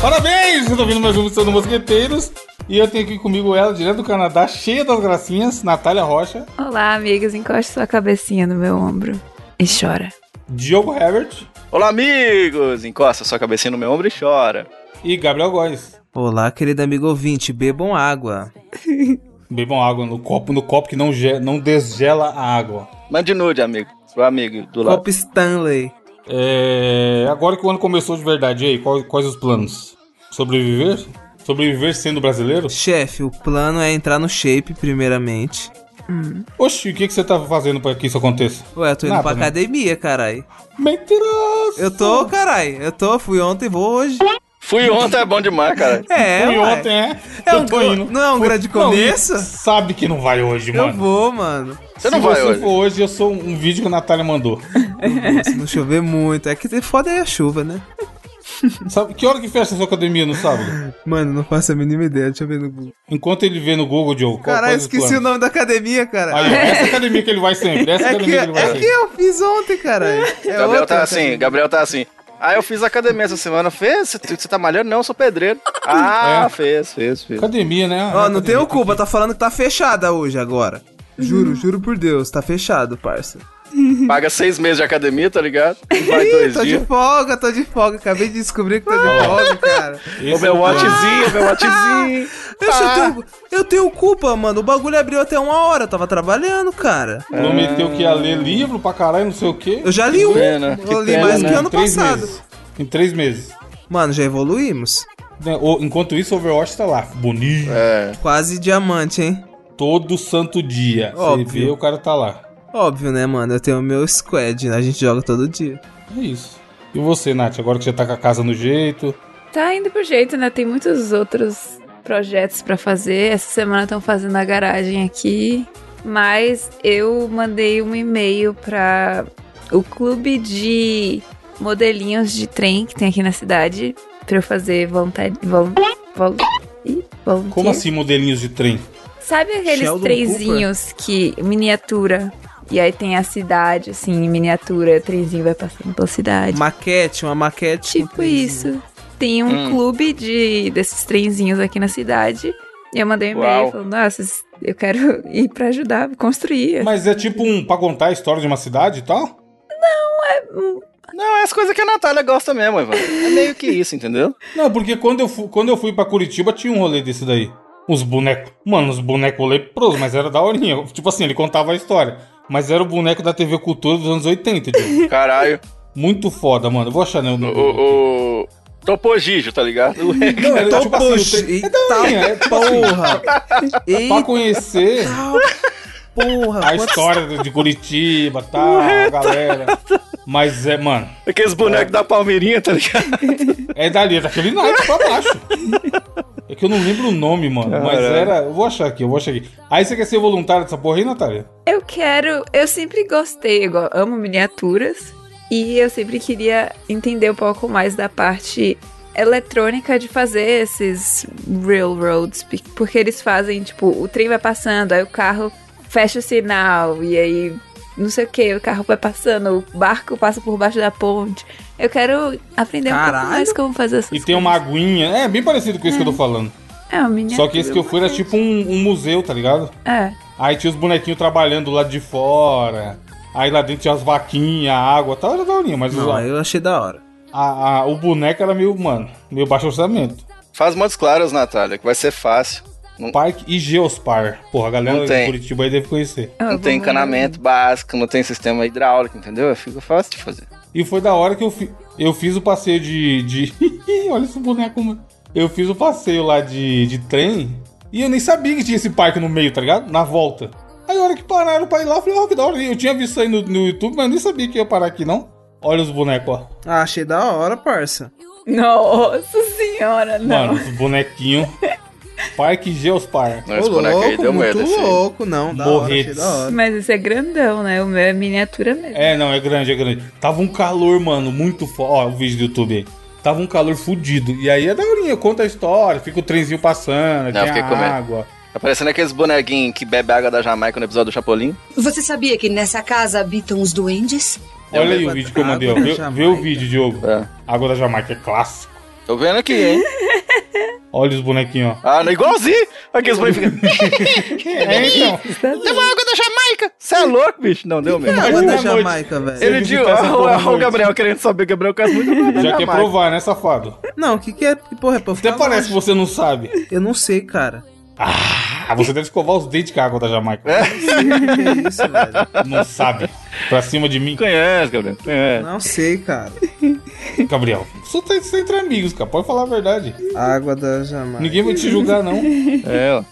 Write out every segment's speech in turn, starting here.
Parabéns! Vocês estão ouvindo mais uma edição do Mosqueteiros. E eu tenho aqui comigo ela, direto do Canadá, cheia das gracinhas, Natália Rocha, Olá, amigos. Encoste sua cabecinha no meu ombro e chora. Diogo Herbert Olá, amigos! Encosta sua cabecinha no meu ombro e chora. e Gabriel Góes. Olá, querido amigo ouvinte, bebam água. Bebam água no copo, no copo que não, ge- não desgela a água. Mande nude, amigo. Pro amigo do lado. Copo Stanley. É, agora que o ano começou de verdade, e aí, qual- quais, os planos? Sobreviver? Sobreviver sendo brasileiro? Chefe, o plano é entrar no shape, primeiramente. Oxi, o que, que você tá fazendo pra que isso aconteça? Ué, eu tô indo Nada, pra né? academia, carai. Mentiroso! Eu tô, carai. Eu tô, fui ontem, vou hoje. Fui ontem, é bom demais, cara. É, Fui uai. ontem, é? É Eu um tô gr- indo. não é um Fui- grande Não, começo? sabe que não vai hoje, Eu mano. vou, mano. Você não Se vai você hoje. for hoje, eu sou um vídeo que a Natália mandou. Se não chover muito. É que foda é a chuva, né? Sabe, que hora que fecha a sua academia no sábado? Mano, não faço a mínima ideia. Deixa eu ver no Google. Enquanto ele vê no Google, Diogo. qual- é Caralho, quais os esqueci o planos? nome da academia, cara. Aí, ó, essa academia que ele vai sempre. Essa É que, academia que ele vai é que sempre. eu fiz ontem, caralho. É Gabriel outra tá assim, academia. Gabriel tá assim. Ah, eu fiz academia essa semana. Fez? Você- Você tá malhando? Não, eu sou pedreiro. Ah, É. fez, fez, fez. Academia, né? Ah, Ó, é não academia. tenho culpa, tá falando que tá fechada hoje agora. Uhum. Juro, juro por Deus, tá fechado, parça. Paga seis meses de academia, tá ligado? Vai dois tá tô de dias. folga, tô de folga. Acabei de descobrir que tô de folga, cara. Esse O meu é o plano. watchzinho, meu watchzinho. Eu, só tenho, eu tenho culpa, mano. O bagulho abriu até uma hora, eu tava trabalhando, cara. Prometeu que ia ler livro pra caralho, não sei o quê. Eu já li um. pena, que eu li pena, mais né? que ano em três passado. meses. Em três meses. Mano, já evoluímos. Né, o- Enquanto isso, Overwatch tá lá. Bonito. É. Quase diamante, hein? Todo santo dia. Você Óbvio. vê, o cara tá lá. Óbvio, né, mano? Eu tenho o meu squad, né? A gente joga todo dia. É isso. E você, Nath, agora que já tá com a casa no jeito? Tá indo pro jeito, né? Tem muitos outros projetos pra fazer. Essa semana estão fazendo a garagem aqui. Mas eu mandei um e-mail pra o clube de modelinhos de trem que tem aqui na cidade pra eu fazer vontade. Vol, vol, ih, volunteer. Como assim, modelinhos de trem? Sabe aqueles Sheldon trenzinhos que. miniatura. E aí tem a cidade, assim, em miniatura, o trenzinho vai passando pela cidade. Maquete, uma maquete. com É Tipo trenzinho. isso. Tem um Hum. clube de desses trenzinhos aqui na cidade. E eu mandei um Uau. e-mail falando, nossa, eu quero ir pra ajudar, construir. Mas é tipo um pra contar a história de uma cidade e tal? Não, é as coisas que a Natália gosta mesmo, Ivan. É meio que isso, entendeu? Não, porque quando eu, fu- quando eu fui pra Curitiba tinha um rolê desse daí. Os bonecos. Mano, os bonecos leprosos, mas era da horinha. Tipo assim, ele contava a história. Mas era o boneco da TV Cultura dos anos 80, Diogo. Caralho. Muito foda, mano. Eu vou achar, né? O, o, o... Topogígio, tá ligado? Não, era Então, tipo assim, o poxa, tre- eita Então, horinha, é tipo assim. porra! Pra Eita conhecer porra! a quantos- história do- de Curitiba, tal, a galera. Mas é, mano, Aqueles bonecos da Palmeirinha, tá ligado? é dali, é daquele naipe pra baixo. É que eu não lembro o nome, mano. Mas Caralho. era. Eu vou achar aqui, eu vou achar aqui. Aí você quer ser voluntário dessa porra aí, Natália? Eu quero. Eu sempre gostei, eu go- amo miniaturas. E eu sempre queria entender um pouco mais da parte eletrônica de fazer esses railroads. pe- Porque eles fazem, tipo, o trem vai passando, aí o carro fecha o sinal, e aí não sei o que, o carro vai passando, o barco passa por baixo da ponte. Eu quero aprender um pouco Caralho! mais como fazer essas E tem uma aguinha. É, bem parecido com isso que eu tô falando. coisas. É, uma miniatura. Só que esse que eu fui era tipo um, um museu, tá ligado? É. Aí tinha os bonequinhos trabalhando do lado de fora. Aí lá dentro tinha as vaquinhas, a água e tal. Era daorinha, mas Não, a- aí eu achei da hora. a- a- o boneco era meio, mano, meio baixo orçamento. Faz Montes Claros, Natália, que vai ser fácil. Não, Parque e Geospar. Porra, a galera Não de tem. Curitiba aí deve conhecer. Ah, Eu não vou tem mandar. encanamento básico, não tem sistema hidráulico, entendeu? Fica fácil de fazer. E foi da hora que eu, fi- eu fiz o passeio de. de... Olha esse boneco, mano. Eu fiz o passeio lá de, de trem e eu nem sabia que tinha esse parque no meio, tá ligado? Na volta. Aí a hora que pararam pra ir lá, eu falei, ó, que da hora. Eu tinha visto isso aí no, no YouTube, mas eu nem sabia que ia parar aqui, não. Olha os bonecos, ó. Ah, achei da hora, parça. É. Nossa senhora, não. Mano, os bonequinhos. parque Geospar. Não, esse boneco aí deu muito medo. esse aí. louco, não. Da hora, achei Morretes. da hora. Mas esse é grandão, né? O meu é miniatura mesmo. É, não, é grande, é grande. Tava um calor, mano, muito foda. Ó, o vídeo do YouTube aí. Tava um calor fudido. E aí é daorinha, conta a história, fica o trenzinho passando, Não, tem fiquei a com medo. água. Tá parecendo aqueles boneguinhos que bebe água da Jamaica no episódio do Chapolin. Você sabia que nessa casa habitam os duendes? Olha aí o vídeo que eu mandei, ó. Água da Vê, vê o Jamaica. vídeo, Diogo. É. Água da Jamaica é clássico. Tô vendo aqui, hein? Olha os bonequinhos, ó. Ah, não, igualzinho. Aqui os bonequinhos ficam. É, então. Deu uma água da Jamaica. Você é louco, bicho? Não, deu mesmo. Mas Água da boa noite. Jamaica, velho. Ele Você disse, visitar essa porra à ó, o noite. Gabriel querendo saber, o Gabriel quer muito água da Já quer Jamaica. provar, né, safado? Não, o que que é? Que porra é pra eu Até ficar parece que você não sabe. longe? Eu não sei, cara. Ah, você deve escovar os dentes com a água da Jamaica. Que é isso, velho? Não sabe. Pra cima de mim, Conhece, Gabriel. É. Conhece. Não sei, cara. Gabriel. Só tá isso é entre amigos, cara. Pode falar a verdade. Água da Jamaica. Ninguém vai te julgar, não. É, ó.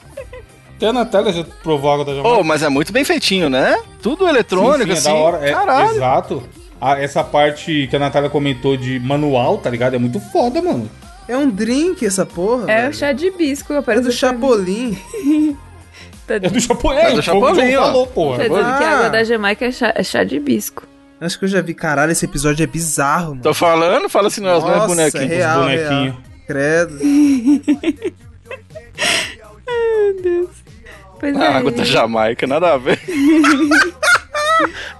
Até a Natália já provou a água da Jamaica. Oh, mas é muito bem feitinho, né? Tudo eletrônico, Sim, sim, é assim. da hora. É, Caralho. Exato. Ah, essa parte que a Natália comentou de manual, tá ligado? É muito foda, mano. É um drink essa porra, É velho. o chá de hibisco, É apareceu. do Chapolin. Tá É do Chapolin. foi É do o que o Chapolin, João ó. falou, porra. tá dizendo que a Ah. água da Jamaica é chá, é chá de hibisco. Acho que eu já vi. Caralho, esse episódio é bizarro, mano. Tô falando, fala assim, não, as mais Nossa, bonequinhas. é real, bonequinhos. real. Credo. Pois é. Ah, água da Jamaica, nada a ver.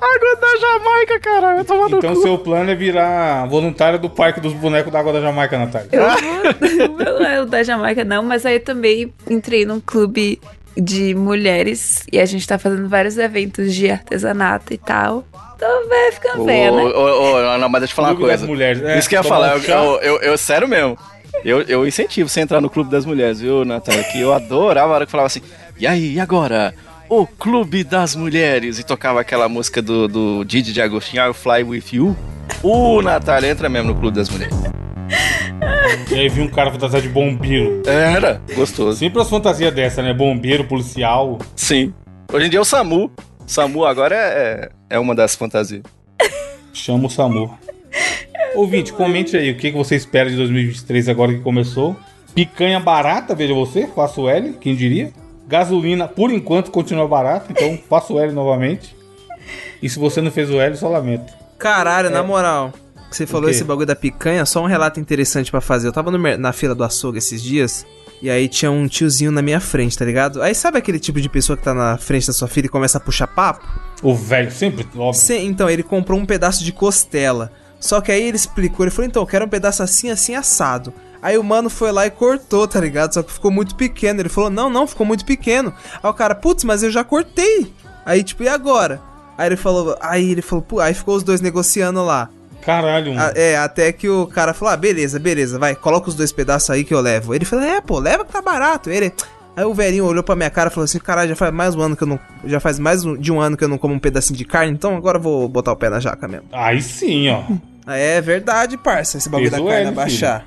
água da Jamaica, caralho. Eu tô maluco. Então seu plano é virar voluntária do parque dos bonecos da água da Jamaica, Natália. Eu vou- eu não é o da Jamaica, não, mas aí eu também entrei num clube de mulheres e a gente tá fazendo vários eventos de artesanato e tal. Então vai ficando Ô, velha, né? ô, ô, ô, não, mas deixa eu falar uma Clube das coisa. mulheres. É, Isso que eu ia tomar falar, um eu, chá. eu, eu- eu- sério mesmo. Eu, eu incentivo você a entrar no Clube das Mulheres, viu, Natália? Que eu adorava a hora que falava assim, e aí, e agora? O Clube das Mulheres! E tocava aquela música do, do Didi de Agostinho, I'll Fly With You. Uh, Natália, entra mesmo no Clube das Mulheres. E aí vi um cara fantasiado de bombeiro. Era, gostoso. Sempre as fantasias dessa, né? Bombeiro, policial. Sim. Hoje em dia é o Samu. Samu agora é, é uma das fantasias. Chama o Samu. Ouvinte, comente aí o que que você espera de 2023 agora que começou. Picanha barata, veja você, faço L, quem diria. Gasolina, por enquanto, continua barata, então faço L novamente. E se você não fez o L, só lamento. Caralho, na moral. Você falou quê? esse bagulho da picanha, só um relato interessante pra fazer. Eu tava no mer- na fila do açougue esses dias, e aí tinha um tiozinho na minha frente, tá ligado? Aí sabe aquele tipo de pessoa que tá na frente da sua filha e começa a puxar papo? O velho, sempre, óbvio. Cê- então, ele comprou um pedaço de costela. Só que aí ele explicou, ele falou, então, eu quero um pedaço assim, assim, assado. Aí o mano foi lá e cortou, tá ligado? Só que ficou muito pequeno. Ele falou, não, não, ficou muito pequeno. Aí o cara, putz, mas eu já cortei. Aí, tipo, e agora? Aí ele falou, aí ele falou, "Pô", aí ficou os dois negociando lá. Caralho, um- mano. A- é, até que o cara falou: ah, beleza, beleza, vai, coloca os dois pedaços aí que eu levo. Ele falou: é, pô, leva que tá barato. Ele. Aí o velhinho olhou pra minha cara e falou assim: caralho, já faz mais um ano que eu não. Já faz mais um- de um ano que eu não como um pedacinho de carne, então agora eu vou botar o pé na jaca mesmo. Aí sim, ó. Ah, É verdade, parça, esse bagulho Fez o da carne L, abaixar.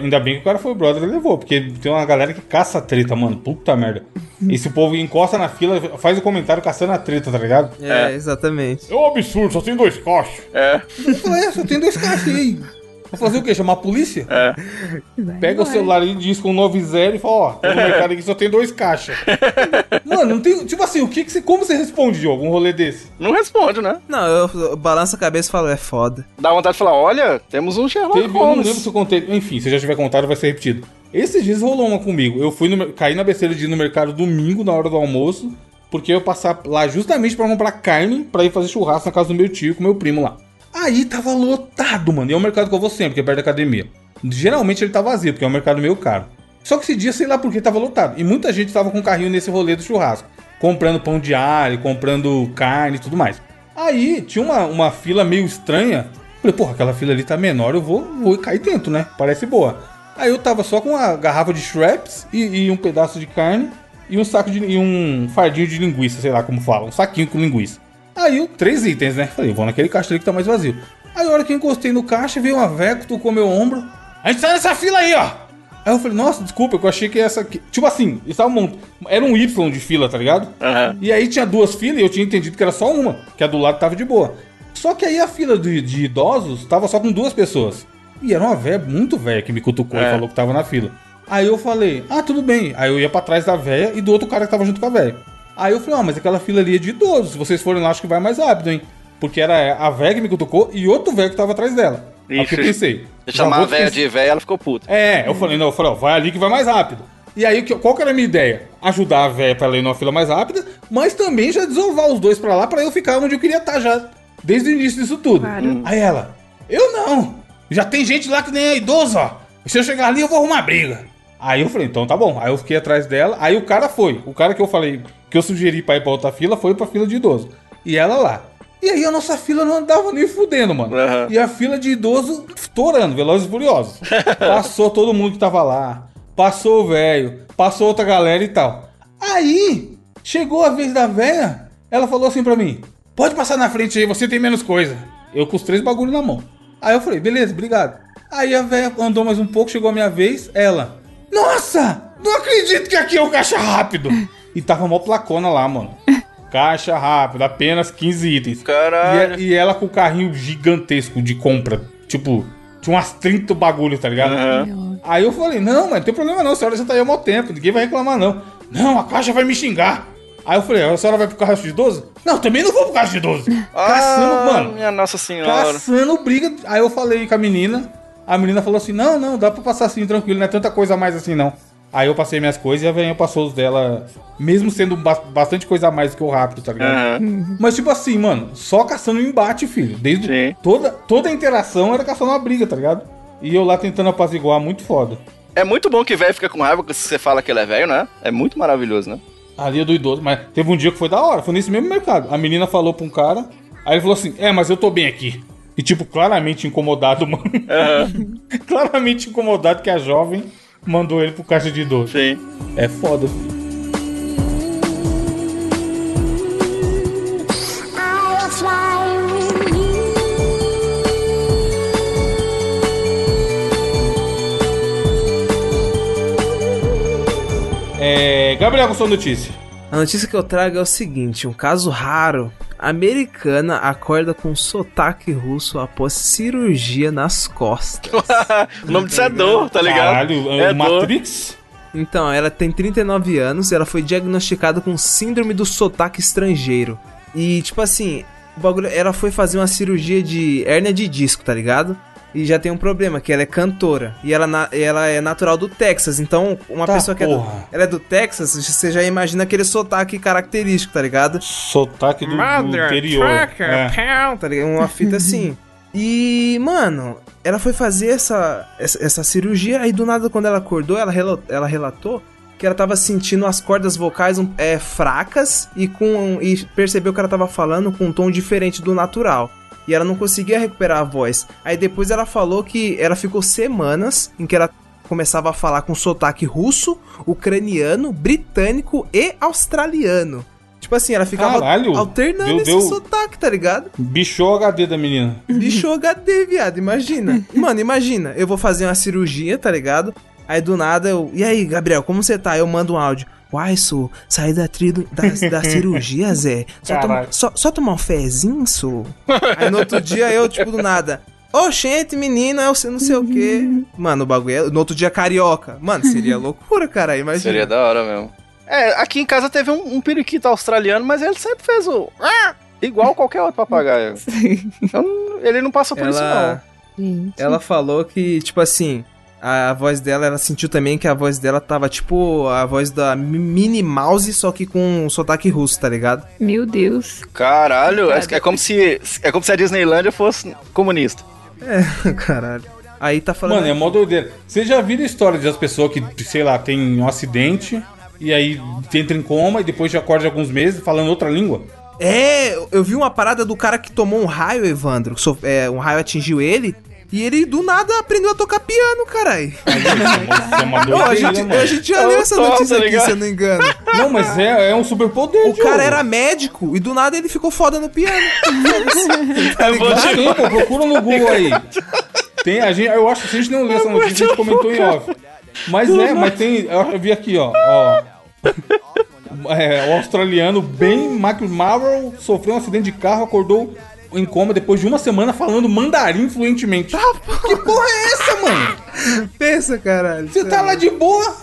Ainda bem que o cara foi o brother e levou, porque tem uma galera que caça a treta, mano. Puta merda. Esse povo encosta na fila, faz o comentário caçando a treta, tá ligado? É, exatamente. É um absurdo, só tem dois cachos. É, Eu falei, é, só tem dois cachos. E aí? Vou fazer o quê? Chamar a polícia? é. Vai Pega o embora. celular e diz com 90 e fala, ó, tô no mercado aqui só tem dois caixas. Mano, não tem. Tipo assim, o que, que você. Como você responde, Diogo, um rolê desse? Não responde, né? Não, eu, eu balanço a cabeça e falo: é foda. Dá vontade de falar, olha, temos um Sherlock Teve, eu não lembro Holmes. se eu contei. Enfim, se eu já tiver contado, vai ser repetido. Esses dias rolou uma comigo. Eu fui no, mer- caí na besteira de ir no mercado domingo, na hora do almoço, porque eu ia passar lá justamente pra comprar carne pra ir fazer churrasco na casa do meu tio com meu primo lá. Aí tava lotado, mano. E é um mercado que eu vou sempre, que é perto da academia. Geralmente ele tá vazio, porque é um mercado meio caro. Só que esse dia, sei lá por que, tava lotado. E muita gente tava com o carrinho nesse rolê do churrasco. Comprando pão de alho, comprando carne e tudo mais. Aí tinha uma, uma fila meio estranha. Falei, porra, aquela fila ali tá menor, eu vou, vou cair dentro, né? Parece boa. Aí eu tava só com uma garrafa de shreps e, e um pedaço de carne e um saco de. e um fardinho de linguiça, sei lá como fala. Um saquinho com linguiça. Aí eu, três itens, né? Falei, vou naquele caixa ali que tá mais vazio. Aí a hora que eu encostei no caixa, veio uma véia, cutucou meu ombro. A gente tá nessa fila aí, ó! Aí eu falei, nossa, desculpa, eu achei que essa aqui. Tipo assim, eles tavam mont- era um Y de fila, tá ligado? Aham. E aí tinha duas filas e eu tinha entendido que era só uma, que a do lado tava de boa. Só que aí a fila de, de idosos tava só com duas pessoas. E era uma véia muito velha que me cutucou e É. falou que tava na fila. Aí eu falei, ah, tudo bem. Aí eu ia pra trás da véia e do outro cara que tava junto com a véia. Aí eu falei, ah, mas aquela fila ali é de idosos. Se vocês forem lá, acho que vai mais rápido, hein? Porque era a véia que me cutucou e outro velho que tava atrás dela. Aí que eu Ixi. pensei. Eu já chamava a vou velha pensar- de velha, ela ficou puta. é, eu falei, não, eu falei, ó, vai ali que vai mais rápido. E aí, que- qual que era a minha ideia? Ajudar a véia pra ela ir numa fila mais rápida, mas também já desovar os dois pra lá pra eu ficar onde eu queria estar já. Desde o início disso tudo. Hum. Claro. Aí ela, eu não. Já tem gente lá que nem é idoso, ó. Se eu chegar ali, eu vou arrumar briga. Aí eu falei, então tá bom. Aí eu fiquei atrás dela. Aí o cara foi. O cara que eu falei, que eu sugeri pra ir pra outra fila, foi pra fila de idoso. E ela lá. E aí a nossa fila não andava nem fudendo, mano. Aham. E a fila de idoso estourando, Velozes e Furiosos. Passou todo mundo que tava lá. Passou o velho. Passou outra galera e tal. Aí, chegou a vez da velha. Ela falou assim pra mim. Pode passar na frente aí, você tem menos coisa. Eu com os três bagulho na mão. Aí eu falei, beleza, obrigado. Aí a velha andou mais um pouco, chegou a minha vez. Ela... Nossa! Não acredito que aqui é o caixa rápido. E tava mó placona lá, mano. Caixa rápida, apenas 15 itens. Caralho. E, é- e ela com o carrinho gigantesco de compra. Tipo, tinha umas 30 bagulhos, tá ligado? Aham. Aí eu falei, não, mas não tem problema não, a senhora já tá aí há mó tempo, ninguém vai reclamar não. Não, a caixa vai me xingar. Aí eu falei, a senhora vai pro caixa de idoso? Não, também não vou pro caixa de idoso. Ah, Caçando, mano, Minha Nossa Senhora. caçando briga. Aí eu falei com a menina, a menina falou assim, não, não, dá pra passar assim, tranquilo, não é tanta coisa a mais assim não. Aí eu passei minhas coisas e a velhinha passou os dela, mesmo sendo ba- bastante coisa a mais do que o rápido, tá ligado? Aham. Mas, tipo assim, mano, só caçando embate, filho. Desde Sim. toda, toda a interação era caçando uma briga, tá ligado? E eu lá tentando apaziguar, muito foda. É muito bom que velho fica com raiva quando você fala que ele é velho, né? É muito maravilhoso, né? Ali é do idoso, mas teve um dia que foi da hora, foi nesse mesmo mercado. A menina falou pra um cara, aí ele falou assim: É, mas eu tô bem aqui. E, tipo, claramente incomodado, mano. claramente incomodado que a jovem mandou ele pro caixa de idoso. Sim. É foda. I'll fly with you. É. Gabriel, com sua notícia. A notícia que eu trago é o seguinte: um caso raro. A Americana acorda com sotaque russo após cirurgia nas costas. o nome disso é dor, tá ligado? Caralho, é, é o dor. Matrix? Então, ela tem 39 anos e ela foi diagnosticada com síndrome do sotaque estrangeiro. E, tipo assim, o bagulho, ela foi fazer uma cirurgia de hérnia de disco, tá ligado? E já tem um problema, que ela é cantora. E ela, na- ela é natural do Texas. Então, uma Tá, pessoa que é do, porra. ela é do Texas, você já imagina aquele sotaque característico, tá ligado? Sotaque do, do interior. É. pound, tá ligado? Uma fita assim. E, mano, ela foi fazer essa, essa, essa cirurgia, aí do nada, quando ela acordou, ela, relo- ela relatou que ela tava sentindo as cordas vocais um- é, fracas e, com, e percebeu que ela tava falando com um tom diferente do natural. E ela não conseguia recuperar a voz. Aí depois ela falou que ela ficou semanas em que ela começava a falar com sotaque russo, ucraniano, britânico e australiano. Tipo assim, ela ficava Caralho, alternando deu- esse deu- sotaque, tá ligado? Bichou o HD da menina. Bicho HD, viado, imagina. Mano, imagina, eu vou fazer uma cirurgia, tá ligado? Aí do nada eu. E aí, Gabriel, como você tá? Eu mando um áudio. Uai, Su, saí da, trido, da, da cirurgia, Zé. Só, toma- Caralho. só, só tomar um fezinho, Su. Aí no outro dia eu, tipo, do nada. Oxente, menina, eu sei- não sei o quê. Mano, o bagulho é. No outro dia carioca. Mano, seria loucura, cara. Imagina. Seria da hora mesmo. É, aqui em casa teve um, um periquito australiano, mas ele sempre fez o. "Ah", Igual qualquer outro papagaio. Então, ele não é passou por isso, não. Ela, ela falou que, tipo assim, a voz dela, ela sentiu também que a voz dela tava tipo a voz da Mi- Minnie Mouse, só que com um sotaque russo, tá ligado? Meu Deus. Caralho, é, é como se é como se a Disneylândia fosse comunista. Caralho. Aí tá falando. Mano, é mó doideira. Você já viu a história das pessoas que, sei lá, tem um acidente e aí entra em coma e depois já acorda de alguns meses falando outra língua? É, eu vi uma parada do cara que tomou um raio, Evandro. so- é, um raio atingiu ele. E ele do nada aprendeu a tocar piano, caralho. Isso é uma Ô, a, doideira, gente, mano. a gente já É o leu essa Thor, notícia tá aqui, ligado? se eu não engano. Não, mas é, é um superpoder, O cara era médico e do nada ele ficou foda no piano. Tá Sim, pô, procura no Google aí. Tem, a gente, eu acho que a gente não leu essa notícia, a gente comentou em off. Mas é, mas tem. Eu vi aqui, ó. ó. É, o australiano Ben McMurrow sofreu um acidente de carro, acordou em coma depois de uma semana falando mandarim fluentemente. que porra é essa, mano? Pensa, caralho. Você tá lá de boa,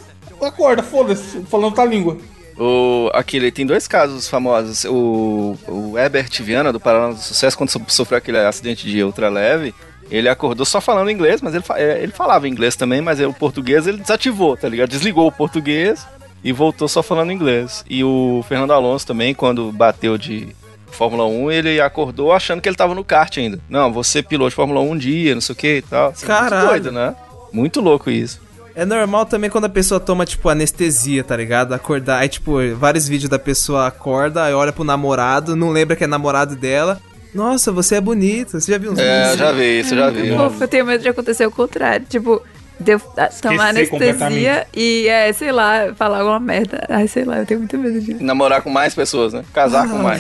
acorda, foda-se, falando outra língua. O, aquele, tem dois casos famosos. O, o Herbert Viana, do Paraná do Sucesso, quando so- sofreu aquele acidente de ultraleve, ele acordou só falando inglês, mas ele, fa- é, ele falava inglês também, mas é, o português ele desativou, tá ligado? Desligou o português e voltou só falando inglês. E o Fernando Alonso também, quando bateu de Fórmula 1, ele acordou achando que ele tava no kart ainda. Não, você piloto de Fórmula 1 um dia, não sei o que e tal. Assim, Caralho. Muito doido, né? Muito louco isso. É normal também quando a pessoa toma, tipo, anestesia, tá ligado? Acordar. Aí, tipo, vários vídeos da pessoa acorda, aí olha pro namorado, não lembra que é namorado dela. Nossa, você é bonita. Você já viu uns É, vídeos? eu já vi isso, eu já vi. Ufa, eu tenho medo de acontecer o contrário. Tipo, de eu ah, tomar anestesia completamente. e, é, sei lá, falar alguma merda. Ai, sei lá, eu tenho muito medo disso. Namorar com mais pessoas, né? Casar com mais.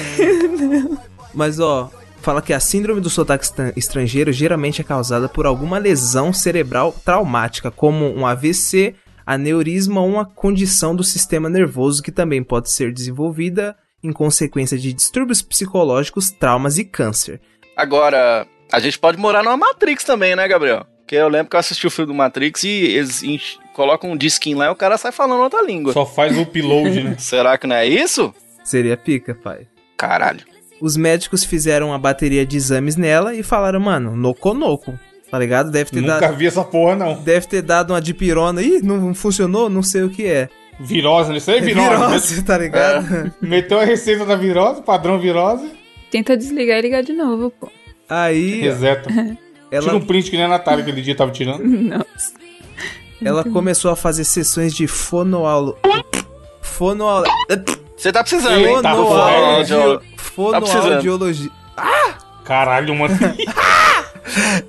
Mas, ó, fala que a síndrome do sotaque estra- estrangeiro geralmente é causada por alguma lesão cerebral traumática, como um AVC, aneurisma ou uma condição do sistema nervoso que também pode ser desenvolvida em consequência de distúrbios psicológicos, traumas e câncer. Agora, a gente pode morar numa Matrix também, né, Gabriel? Porque eu lembro que eu assisti o filme do Matrix e eles enche- colocam um disquinho lá e o cara sai falando outra língua. Só faz o upload, né? Será que não é isso? Seria pica, pai. Caralho. Os médicos fizeram uma bateria de exames nela e falaram, mano, noconoco, tá ligado? Deve ter, Nunca dado, vi essa porra, não. deve ter dado uma dipirona. Ih, não funcionou, não sei o que é. Virose, né? isso aí é É virose. É. virose, tá ligado? Meteu a receita da virose, padrão virose, Tenta desligar e ligar de novo, pô. Aí reseta. Tira ela, um print que nem a Natália aquele dia tava tirando. Nossa. um ela começou a fazer sessões de fonoaula. Fonoaula. Você tá precisando, hein? Eita, Tá Fonoaudio... tá Fonoaudiologia. Caralho, mano.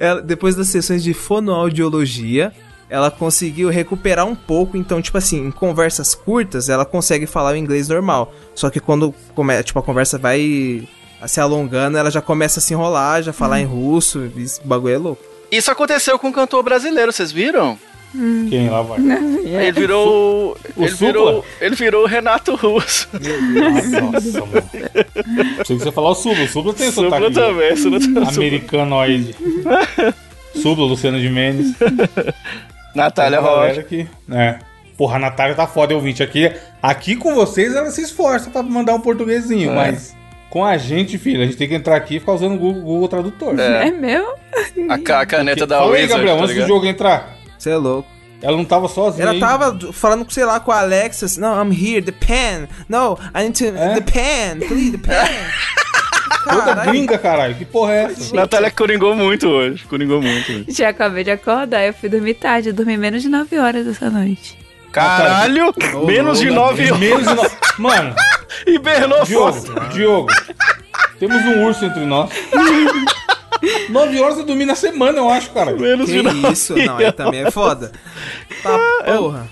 Ela- depois das sessões de fonoaudiologia, ela conseguiu recuperar um pouco. Então, tipo assim, em conversas curtas, ela consegue falar o inglês normal. Só que quando come, tipo, a conversa vai se alongando, ela já começa a se enrolar, já falar em russo. Esse bagulho é louco. Isso aconteceu com um cantor brasileiro, vocês viram? Quem lá vai? Ele virou. o ele virou. Ele virou o Renato Russo. Nossa, mano. Achei que você ia falar o Subla. O Subla tem Supla sotaque. também, Supla também. Americanoide. Subla, Luciano de Mendes. Natália Essa galera Rocha. que- É. Porra, a Natália tá foda, ouvinte. Aqui, aqui com vocês ela se esforça pra mandar um portuguesinho, É. mas com a gente, filho, a gente tem que entrar aqui e ficar usando o Google, Google Tradutor. É meu? A, ca- a caneta da Fala aí, Wizard, Gabriel, tá antes do ligado? jogo entrar. Isso é louco. Ela não tava sozinha. Ela hein? tava d- falando, com, sei lá, com a Alexa. assim, Não, I'm here, the pen. No, I need to. É? The pen, please, the pen. Toda Caralho. gringa, caralho. Que porra é essa? Natália coringou muito hoje. Coringou muito hoje. Já acabei de acordar, eu fui dormir tarde, eu dormi menos de 9 horas essa noite. Caralho! Menos de nove horas. Menos de nove. Mano, Hibernou fóssil. Diogo, Diogo. Temos um urso entre nós. Nove horas eu dormi na semana, eu acho, cara. Menos de nove. Que isso? Não, aí também é foda. Tá É. porra.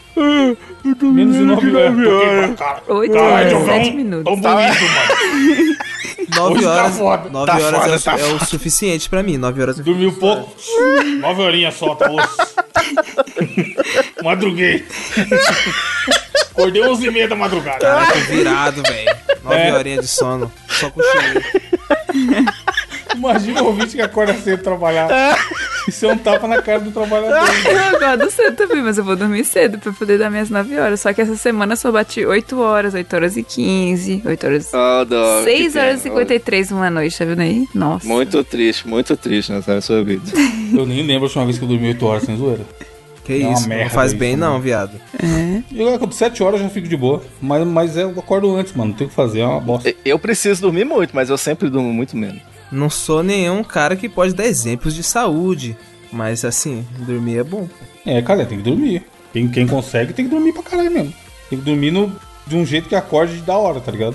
Menos de nove horas. nove horas. Toquei pra cara. 8 Caralho, horas, Diogão, 7 minutos. Tão bonito, mano. 9 Hoje tá horas, foda, nove tá horas foda, é, o, tá é o suficiente pra mim. 9 horas. Dormiu um pouco. Nove horinhas só, tá osso. Madruguei. Acordei onze e meia da madrugada. Caraca, virado, velho. 9 É. horinhas de sono. Só com cochilei. Imagina o ouvinte que acorda cedo trabalhar. Isso é um tapa na cara do trabalhador. Eu acordo cedo também, mas eu vou dormir cedo pra poder dar minhas 9 horas. Só que essa semana eu só bati 8 horas, 8 horas e 15, 8 horas. Ah, dó, 6 que horas e pena. 53 uma noite, tá vendo aí? Nossa. Muito triste, muito triste, Natália, sua vida. Eu nem lembro a última vez que eu dormi oito horas sem zoeira. Que É uma isso, não merda faz isso, né? bem mano. não, viado. Eu acordo 7 horas eu já fico de boa. Mas, mas eu acordo antes, mano. Não tem o que fazer, é uma bosta. E- Eu preciso dormir muito, mas eu sempre durmo muito menos. Não sou nenhum cara que pode dar exemplos de saúde. Mas assim, dormir é bom. É, cara, tem que dormir. Tem, quem consegue tem que dormir pra caralho mesmo. Tem que dormir no- de um jeito que acorde da hora, tá ligado?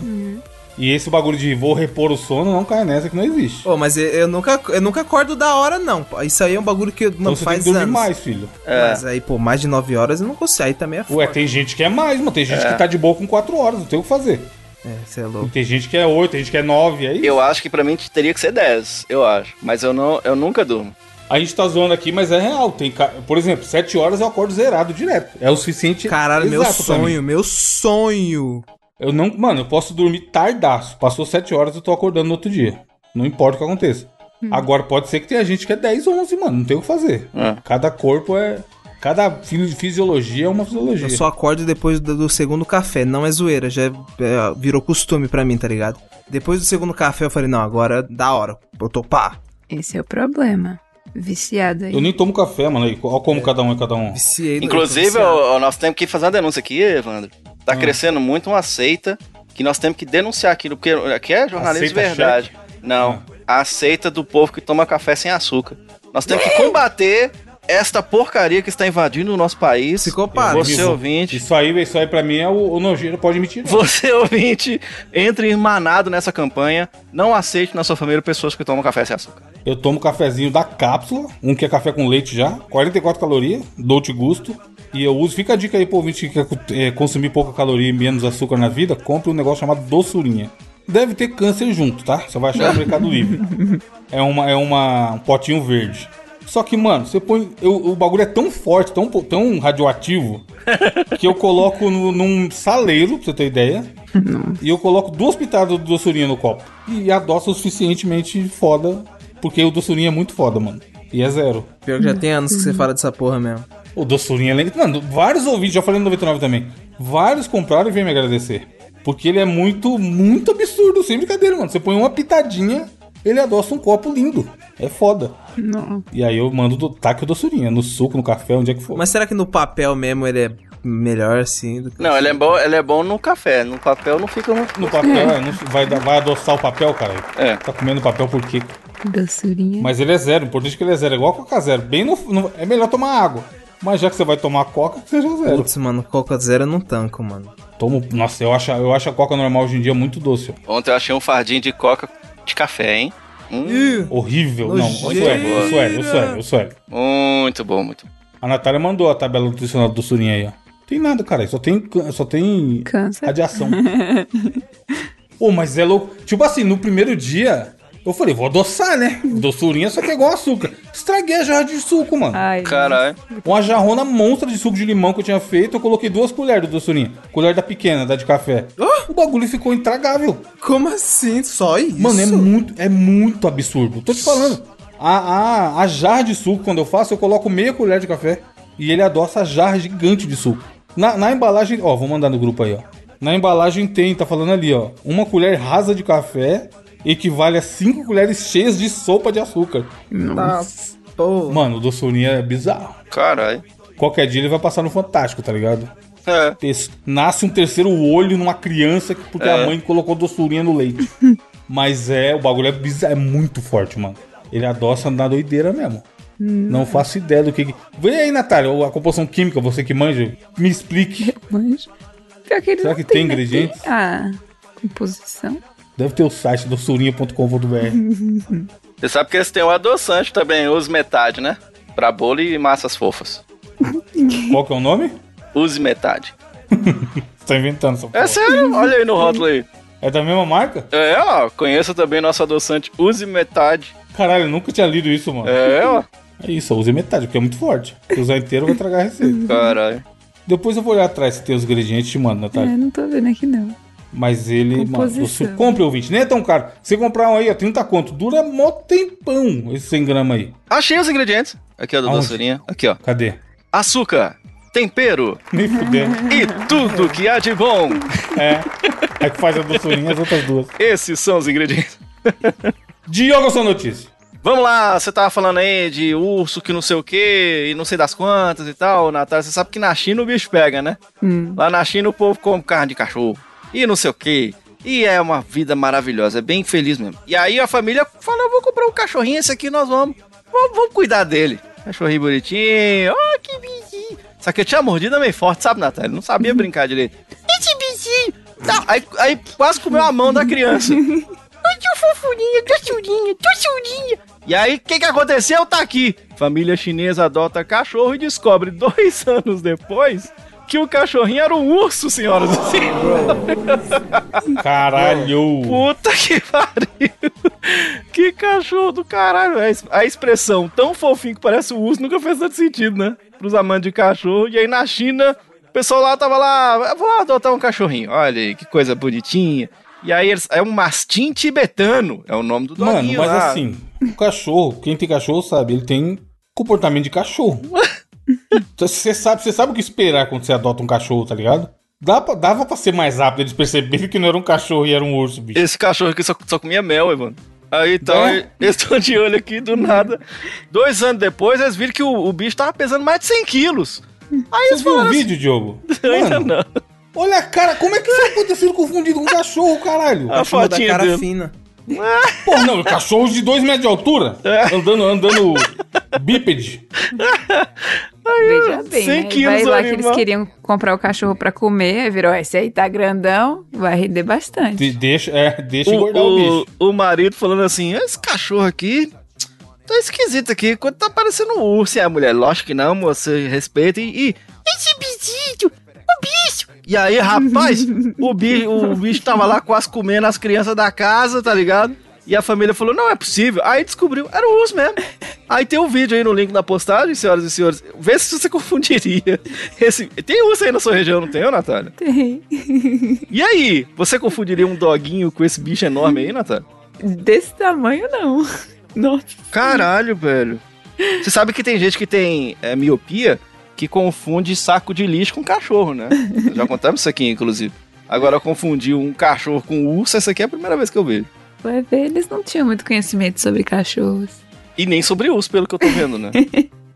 E esse bagulho de vou repor o sono não cai nessa que não existe. Ô, mas eu, eu nunca, eu nunca acordo da hora, não. pô. Isso aí é um bagulho que eu Então não você tem faz que dormir anos. É. mais, filho. Mas aí, pô, mais de 9 horas eu não consigo. Aí também é foda. Ué, tem gente que é mais, mano. Tem gente que tá de boa com 4 horas, não tem o que fazer. É, você é louco. Tem gente que é 8, tem gente que é 9, aí. Eu acho que pra mim teria que ser 10, eu acho. Mas eu não, eu nunca durmo. A gente tá zoando aqui, mas é real. Tem, ca- por exemplo, 7 horas eu acordo zerado direto. É o suficiente. Caralho, meu exato pra mim. sonho, meu sonho. Eu não, mano, eu posso dormir tardaço. Passou 7 horas, eu tô acordando no outro dia. Não importa o que aconteça. Agora pode ser que tenha gente que é 10 ou 11, mano, não tem o que fazer. É. Cada corpo é, cada fi- fisiologia é uma fisiologia. Eu só acordo depois do, do segundo café, não é zoeira, já é- é, virou costume pra mim, tá ligado? Depois do segundo café eu falei, não, agora é da hora, vou topar. Esse é o problema. Viciado aí. Eu nem tomo café, mano. Aí, Olha como cada um é cada um. Viciei. no- Inclusive, eu tô viciado. Ah. ó, ó, nós temos que fazer uma denúncia aqui, Evandro. Tá crescendo muito uma seita que nós temos que denunciar aquilo, porque aqui é jornalismo de Aceita verdade. Não, Ah. aceita do povo que toma café sem açúcar. Nós temos que combater esta porcaria que está invadindo o nosso país. Psicopata. Você ouvinte. Isso aí, isso aí pra mim é o, o nojeiro, pode me tirar. Você ouvinte, entre manado nessa campanha. Não aceite na sua família pessoas que tomam café sem açúcar. Eu tomo cafezinho da cápsula, um que é café com leite já, 44 calorias, dou-te gosto. E eu uso, fica a dica aí pro ouvinte que quer cu- eh, consumir pouca caloria e menos açúcar na vida, compre um negócio chamado doçurinha. Deve ter câncer junto, tá? Você vai achar no Mercado Livre. É, uma, é uma, um potinho verde. Só que, mano, você põe. eu- o bagulho é tão forte, tão, po- tão radioativo, que eu coloco no- num saleiro, pra você ter ideia. E eu coloco duas pitadas do doçurinha no copo. E adoço o suficientemente foda, porque o doçurinha é muito foda, mano. E é zero. Pior que já tem anos que você fala dessa porra mesmo. O doçurinha é legal. Mano, vários ouvintes, já falei no 99 também. Vários compraram e vêm me agradecer. Porque ele é muito, muito absurdo, sem brincadeira, mano. Você põe uma pitadinha, ele adoça um copo lindo. É foda. Não. E aí eu mando do taque o doçurinha, no suco, no café, onde é que for. Mas será que no papel mesmo ele é melhor assim? do que- Não, ele é bom, ele é bom no café. No papel não fica muito. No papel, é, não- vai, dar- vai adoçar o papel, cara. É. Tá comendo papel por quê? Doçurinha. Mas ele é zero, o importante é que ele é zero, é igual a Coca Zero. Bem no, no- é melhor tomar água. Mas já que você vai tomar a Coca, que seja zero. Putz, mano, Coca Zero eu não tanco, mano. Tomo, nossa, eu acho, eu acho a Coca normal hoje em dia muito doce. ó. Ontem eu achei um fardinho de coca de café, hein? Hum, Ih, Horrível. Não, isso Nojeira. é, isso é, isso é, isso é. muito bom, muito bom. A Natália mandou a tabela nutricional do Surinha aí, ó. Tem nada, cara, só tem, can- só tem Câncer. radiação. Pô, mas é louco. Tipo assim, no primeiro dia, eu falei, vou adoçar, né? Doçurinha só que é igual açúcar. Estraguei a jarra de suco, mano. Ai, Caralho. Uma jarrona monstra de suco de limão que eu tinha feito, eu coloquei duas colheres do doçurinha. Colher da pequena, da de café. O bagulho ficou intragável. como assim? Só isso? Mano, é muito, é muito absurdo. Tô te falando. A, a, a jarra de suco, quando eu faço, eu coloco meia colher de café e ele adoça a jarra gigante de suco. Na, na embalagem, ó, vou mandar no grupo aí, ó. Na embalagem tem, tá falando ali, ó. Uma colher rasa de café equivale a cinco colheres cheias de sopa de açúcar. Nossa, Tá, pô. Mano, o doçurinha é bizarro. Caralho. Qualquer dia ele vai passar no Fantástico, tá ligado? É. Ter- nasce um terceiro olho numa criança que- porque a mãe colocou doçurinha no leite. Mas é, o bagulho é bizarro, é muito forte, mano. Ele adoça na doideira mesmo. Não faço ideia do que. que- Vem aí, Natália, a composição química, você que manja, me explique. Mas... Pior que ele Será não que tem né? ingredientes? Ah, composição. Deve ter o site doçurinha.com.br. Você sabe que eles têm um adoçante também, use metade, né? Pra bolo e massas fofas. Qual que é o nome? Use metade. Você tá inventando essa É porra. sério, olha aí no rótulo aí. É da mesma marca? É, ó, conheça também nosso adoçante Use Metade. Caralho, eu nunca tinha lido isso, mano. É, É, ó. isso, eu usei metade, porque é muito forte. Se usar inteiro, vai tragar a receita. Caralho. Depois eu vou olhar atrás se tem os ingredientes e te mando, Natália. É, não tô vendo aqui não. Mas ele, mano, você Composição. compra ouvinte, nem é tão caro. Você comprar um aí, ó, 30 conto, dura mó tempão esse 100 gramas aí. Achei os ingredientes. Aqui, ó, da Aonde? doçurinha. Aqui, ó. Cadê? Açúcar, tempero Nem fuder. e tudo que há de bom. É que faz a doçurinha as outras duas. Esses são os ingredientes. Diogo, sua notícia. Vamos lá, você tava falando aí de urso que não sei o que e não sei das quantas e tal, Natália. Você sabe que na China o bicho pega, né? Lá na China o povo come carne de cachorro e não sei o que. E é uma vida maravilhosa, é bem feliz mesmo. E aí a família fala: eu vou comprar um cachorrinho, esse aqui nós vamos. Vamos, vamos cuidar dele. Cachorrinho bonitinho, ó, que bichinho. Só que eu tinha mordida meio forte, sabe, Natália? Não sabia brincar direito. Esse bichinho. Tá, aí, aí quase comeu a mão da criança. Ai, que fofurinha, doçurinha, doçurinha. E aí, o que, que aconteceu? Tá aqui. Família chinesa adota cachorro e descobre dois anos depois que o cachorrinho era um urso, senhoras e senhores. Caralho. Puta que pariu. Que cachorro do caralho. A es- A expressão tão fofinho que parece um urso nunca fez tanto sentido, né? Pros amantes de cachorro. E aí, na China, o pessoal lá tava lá, "Eu vou adotar um cachorrinho. Olha aí, que coisa bonitinha. E aí, eles, é um mastim tibetano. É o nome do Mano, doguinho mas lá. assim, o cachorro, quem tem cachorro sabe, ele tem comportamento de cachorro. Então, Você sabe, você sabe o que esperar quando você adota um cachorro, tá ligado? Dá pra- dava pra ser mais rápido eles perceberem que não era um cachorro e era um urso, bicho. Esse cachorro aqui só, só comia mel, Evandro. Aí então, Né? e- eles estão de olho aqui do nada. Dois anos depois, eles viram que o, o bicho tava pesando mais de 100 quilos. Aí Você eles viu o falaram assim, vídeo, Diogo? ainda não. Ah. Olha a cara, como é que você pode ter sido confundido com um cachorro, caralho? A Cachorro da fotinha cara dele. fina. Pô, não, cachorros de dois metros de altura, É. andando, andando bípede. Veja bem, cem né? quilos Vai lá o que eles animal. queriam comprar o cachorro pra comer, aí virou, esse aí tá grandão, vai render bastante. De- deixa, é, deixa engordar o, O, bicho. o, o marido falando assim: esse cachorro aqui tá esquisito aqui, quando tá parecendo um urso. E a mulher, lógico que não, moça, respeita. E, e esse bichinho, o bicho. E aí, rapaz, o, bi, o bicho tava lá quase comendo as crianças da casa, tá ligado? E a família falou: não é possível. Aí descobriu, era um urso mesmo. Aí tem um vídeo aí no link na postagem, senhoras e senhores. Vê se você confundiria. Esse, tem urso aí na sua região, não tem, ô, Natália? Tem. E aí, você confundiria um doguinho com esse bicho enorme aí, Natália? Desse tamanho, não. Nossa. Caralho, velho. Você sabe que tem gente que tem é, miopia que confunde saco de lixo com cachorro, né? Já contamos isso aqui, inclusive. Agora, confundir um cachorro com um urso, essa aqui é a primeira vez que eu vejo. Vai ver, eles não tinham muito conhecimento sobre cachorros. E nem sobre urso, pelo que eu tô vendo, né?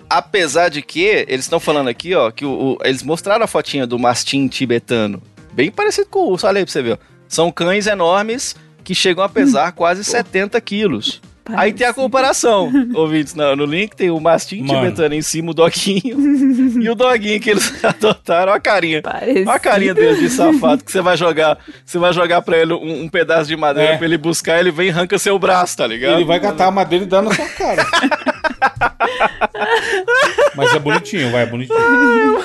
Apesar de que, eles estão falando aqui, ó, que o, o- eles mostraram a fotinha do mastim tibetano. Bem parecido com o urso, olha aí pra você ver. ó. São cães enormes que chegam a pesar quase 70 quilos. Aí tem a Parece. comparação, ouvintes, no, no link tem o mastim Mano. tibetano em cima, o doguinho, e o doguinho que eles adotaram, ó a carinha. Parece. Ó a carinha dele de safado que você vai jogar, você vai jogar pra ele um, um pedaço de madeira É. pra ele buscar, ele vem e arranca seu braço, tá ligado? Ele vai catar a madeira e dar na sua cara. Mas é bonitinho, vai, é bonitinho.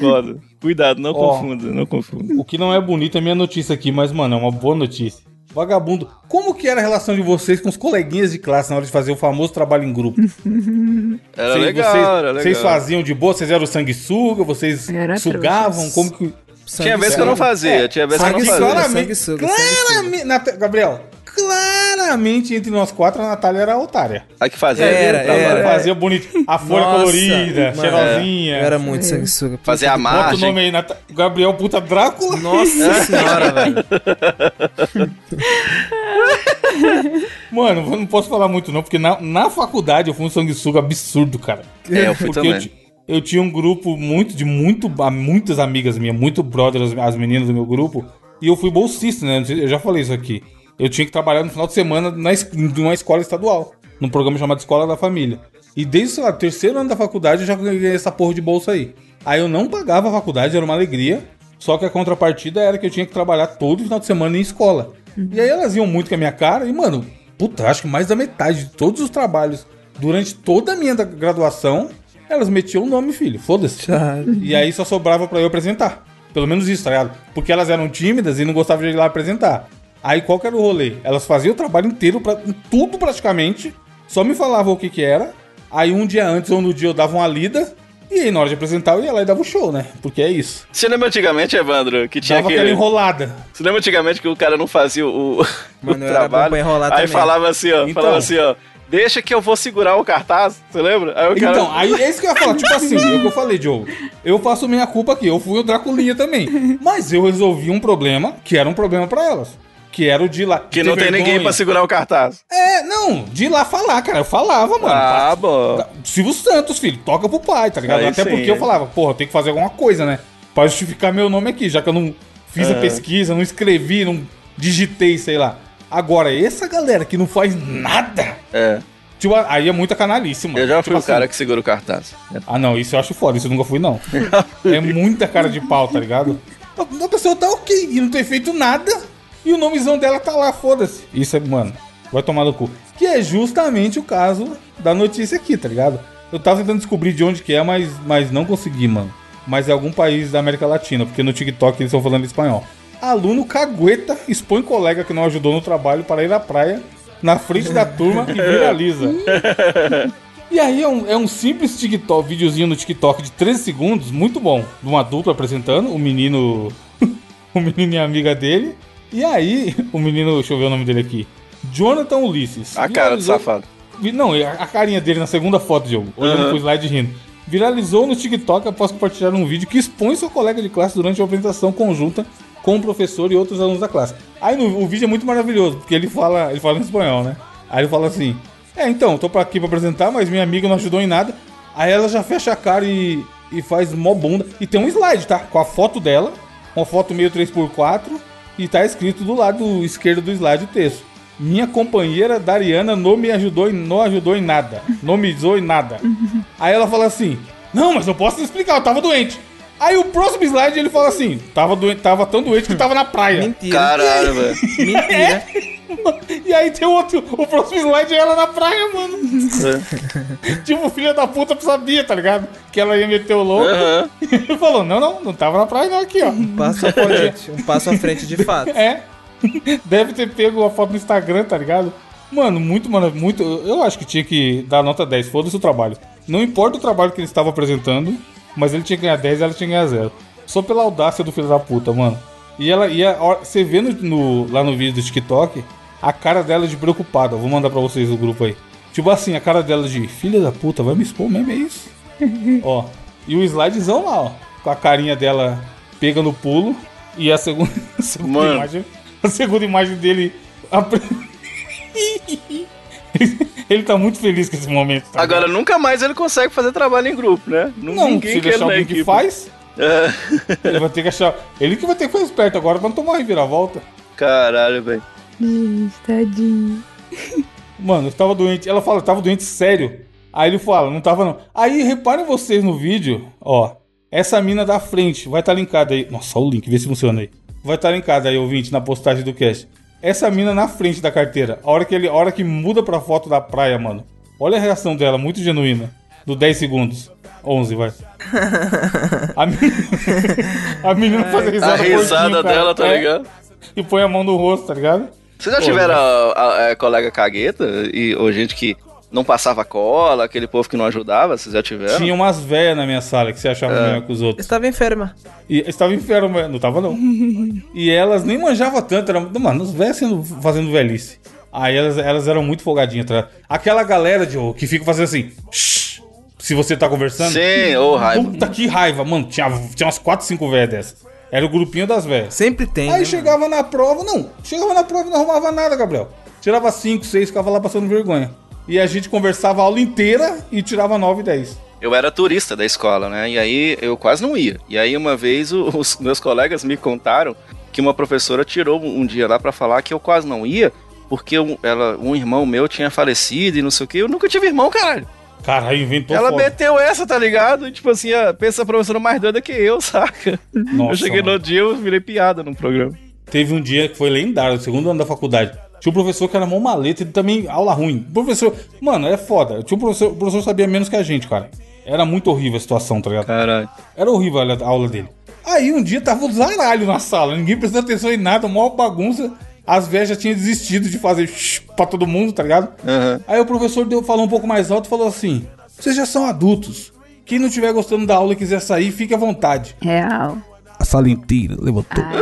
Foda. Cuidado, não Ó. confunda, não confunda. O que não é bonito é minha notícia aqui, mas, mano, é uma boa notícia. Vagabundo, como que era a relação de vocês com os coleguinhas de classe na hora de fazer o famoso trabalho em grupo? Era Vocês- legal, vocês, era legal. vocês faziam de boa, vocês eram sanguessuga, vocês Era sugavam, trouxas. como que... Tinha vez que eu não fazia, tinha vez que eu não Aqui, Sanguessuga, fazia. claramente, sanguessuga, claramente, Nat- Gabriel, claramente entre nós quatro a Natália era otária. A que fazia Era, era, é. era. Fazia bonito, a folha Nossa, colorida, mano. cheirosinha. Eu era muito É. sanguessuga. Fazer a Bota o margem. nome aí, Nat... Gabriel Puta Drácula. Nossa senhora, velho. Mano, eu não posso falar muito não, porque na, na faculdade eu fui um sanguessuga absurdo, cara. É, eu fui Porque também. eu, ti- eu tinha um grupo muito de muito a- muitas amigas minhas, muito brothers, as- as meninas do meu grupo, e eu fui bolsista, né? Eu já falei isso aqui. Eu tinha que trabalhar no final de semana na, es- numa escola estadual, num programa chamado Escola da Família. E desde, sei lá, o terceiro ano da faculdade eu já ganhei essa porra de bolsa aí. Aí eu não pagava a faculdade, era uma alegria, só que a contrapartida era que eu tinha que trabalhar todo final de semana em escola. E aí elas iam muito com a minha cara e, mano, puta, acho que mais da metade de todos os trabalhos durante toda a minha da- graduação, elas metiam o nome, filho. Foda-se. Tá. E aí só sobrava pra eu apresentar. Pelo menos isso, tá ligado? Porque elas eram tímidas e não gostavam de ir lá apresentar. Aí qual que era o rolê? Elas faziam o trabalho inteiro, pra, tudo praticamente, só me falavam o que que era. Aí um dia antes ou no dia eu dava uma lida. E aí na hora de apresentar eu ia lá e dava o show, né? Porque é isso. Você lembra antigamente, Evandro, que tinha Dava aquela aquele... enrolada. Você lembra antigamente que o cara não fazia o, o Mano, eu era bom trabalho? pra enrolar aí também. falava assim, ó, Então. falava assim, ó, deixa que eu vou segurar o cartaz, você lembra? Aí o cara, Então, aí é isso que eu ia falar. Tipo assim, é o que eu falei, Diogo. Eu faço minha culpa aqui. Eu fui o Draculinha também. Mas eu resolvi um problema que era um problema pra elas. Que era o de ir lá. que ter não tem vergonha. ninguém pra segurar o cartaz. É, não. De ir lá falar, cara. Eu falava, mano. Tá. Ah, bom. Fa- Silvio Santos, filho. Toca pro pai, tá ligado? Aí Até sim, porque é. eu falava, porra, eu tenho que fazer alguma coisa, né? Pra justificar meu nome aqui, já que eu não fiz É. a pesquisa, não escrevi, não digitei, sei lá. Agora, essa galera que não faz nada. É, Tipo, aí é muita canalice, mano. eu já fui Tipo o cara que segura o cartaz. ah, não, isso eu acho foda, isso eu nunca fui, não. é muita cara de pau, tá ligado? Uma pessoa tá ok e não ter feito nada e o nomezão dela tá lá, foda-se. Isso é, mano, vai tomar no cu. Que é justamente o caso da notícia aqui, tá ligado? Eu tava tentando descobrir de onde que é, mas, mas não consegui, mano. Mas é algum país da América Latina, porque no TikTok eles estão falando espanhol. Aluno cagueta expõe colega que não ajudou no trabalho para ir à praia na frente da turma e viraliza. E aí é um, é um simples TikTok, videozinho no TikTok de 13 segundos, muito bom. De uma dupla apresentando, o menino. o menino e a amiga dele. E aí, o menino, deixa eu ver o nome dele aqui. Jonathan Ulisses. A cara do Viralizou- safado. Vi- Não, a a carinha dele na segunda foto, Diogo, olhando Aham. pro slide e rindo. Viralizou no TikTok após compartilhar um vídeo que expõe seu colega de classe durante uma apresentação conjunta com o professor e outros alunos da classe. Aí no, o vídeo é muito maravilhoso, porque ele fala, ele fala em espanhol, né? Aí ele fala assim: É, então, tô pra- aqui pra apresentar, mas minha amiga não ajudou em nada. Aí ela já fecha a cara e. e faz mó bunda. E tem um slide, tá? Com a foto dela, uma foto meio 3x4, e tá escrito do lado esquerdo do slide o texto. Minha companheira Dariana não me ajudou em, não ajudou em nada. Não me ajudou em nada. Aí ela fala assim: Não, mas eu posso te explicar, eu tava doente. Aí o próximo slide ele fala assim: Tava, doente, tava tão doente que tava na praia. Mentira. Caralho, velho. Mentira. E aí tem outro, o próximo slide é ela na praia, mano. Tipo, o filho da puta sabia, tá ligado? Que ela ia meter o louco. Aham. Ele falou: Não, não, não tava na praia, não, aqui, ó. Um passo à frente. Um passo à frente, de fato. É. Deve ter pego uma foto no Instagram, tá ligado? Mano, muito, mano, muito. Eu acho que tinha que dar nota 10. Foda-se o trabalho. Não importa o trabalho que ele estava apresentando, mas ele tinha que ganhar 10 e ela tinha que ganhar 0. Só pela audácia do filho da puta, mano. E ela ia. Você vê no, no- lá no vídeo do TikTok a cara dela de preocupada. Vou mandar pra vocês no grupo aí. Tipo assim, a cara dela de filha da puta, vai me expor mesmo, é isso? ó. E o slidezão lá, ó. Com a carinha dela pega no pulo. E a segunda, a segunda Mano. imagem. A segunda imagem dele. a pre- ele tá muito feliz com esse momento. tá Agora, nunca mais ele consegue fazer trabalho em grupo, né? ligado? não, Ninguém se quer ele deixar na alguém que equipe. faz, É. ele vai ter que achar. Ele que vai ter que fazer esperto agora pra não tomar reviravolta. Caralho, velho. Gente, tadinho. Mano, eu tava doente. Ela fala, eu tava doente sério. Aí ele fala, não tava não. Aí reparem vocês no vídeo, ó. Essa mina da frente vai estar tá linkada aí. Nossa, olha o link, vê se funciona aí. Vai estar tá linkada aí, ouvinte, na postagem do cast. Essa mina na frente da carteira. A hora que ele, a hora que muda pra foto da praia, mano. Olha a reação dela, muito genuína. Do 10 segundos. 11, vai. A menina, a menina faz a risada, A risada porquinho, cara. dela, tá É, ligado? E põe a mão no rosto, tá ligado? Vocês já Pô, né? tiveram a, a- a colega cagueta? E, ou gente que não passava cola, aquele povo que não ajudava? Vocês já tiveram? Tinha umas velhas na minha sala que você achava É. melhor que os outros. Estava enferma. E eu estava enfermo, não tava não. e elas nem manjavam tanto, era, mano, os velhos sendo- fazendo velhice. Aí elas, elas eram muito folgadinhas. tá? Aquela galera de que fica fazendo assim, "Shh", se você tá conversando. Sim, ô é raiva. Puta que raiva, mano. Tinha, tinha umas 4, 5 velhas dessas. Era o grupinho das velhas. Sempre tem. Aí né, chegava na prova, não, chegava na prova e não arrumava nada, Gabriel. Tirava 5, 6, ficava lá passando vergonha. E a gente conversava a aula inteira e tirava 9, 10. Eu era turista da escola, né? E aí eu quase não ia. E aí uma vez o- os meus colegas me contaram que uma professora tirou um um dia lá pra falar que eu quase não ia porque um, ela, um irmão meu tinha falecido e não sei o quê. Eu nunca tive irmão, caralho. Caralho, inventou ela foda. meteu essa, tá ligado? E, tipo assim, a, pensa a professora mais doida que eu, saca? Nossa, eu cheguei mano. no dia eu virei piada no programa. Teve um dia que foi lendário, no segundo ano da faculdade. Tinha um professor que era mó maleta, ele também, aula ruim. Professor, mano, é foda. Tinha um professor, o professor sabia menos que a gente, cara. Era muito horrível a situação, tá ligado? Caralho. Era horrível a aula dele. Aí um dia tava o zaralho na sala, ninguém prestando atenção em nada, maior bagunça. As velhas já tinham desistido de fazer pra todo mundo, tá ligado? Aham. Aí o professor deu, falou um pouco mais alto e falou assim: Vocês já são adultos. Quem não estiver gostando da aula e quiser sair, fique à vontade. Real. A sala inteira levantou. Ah, Ai,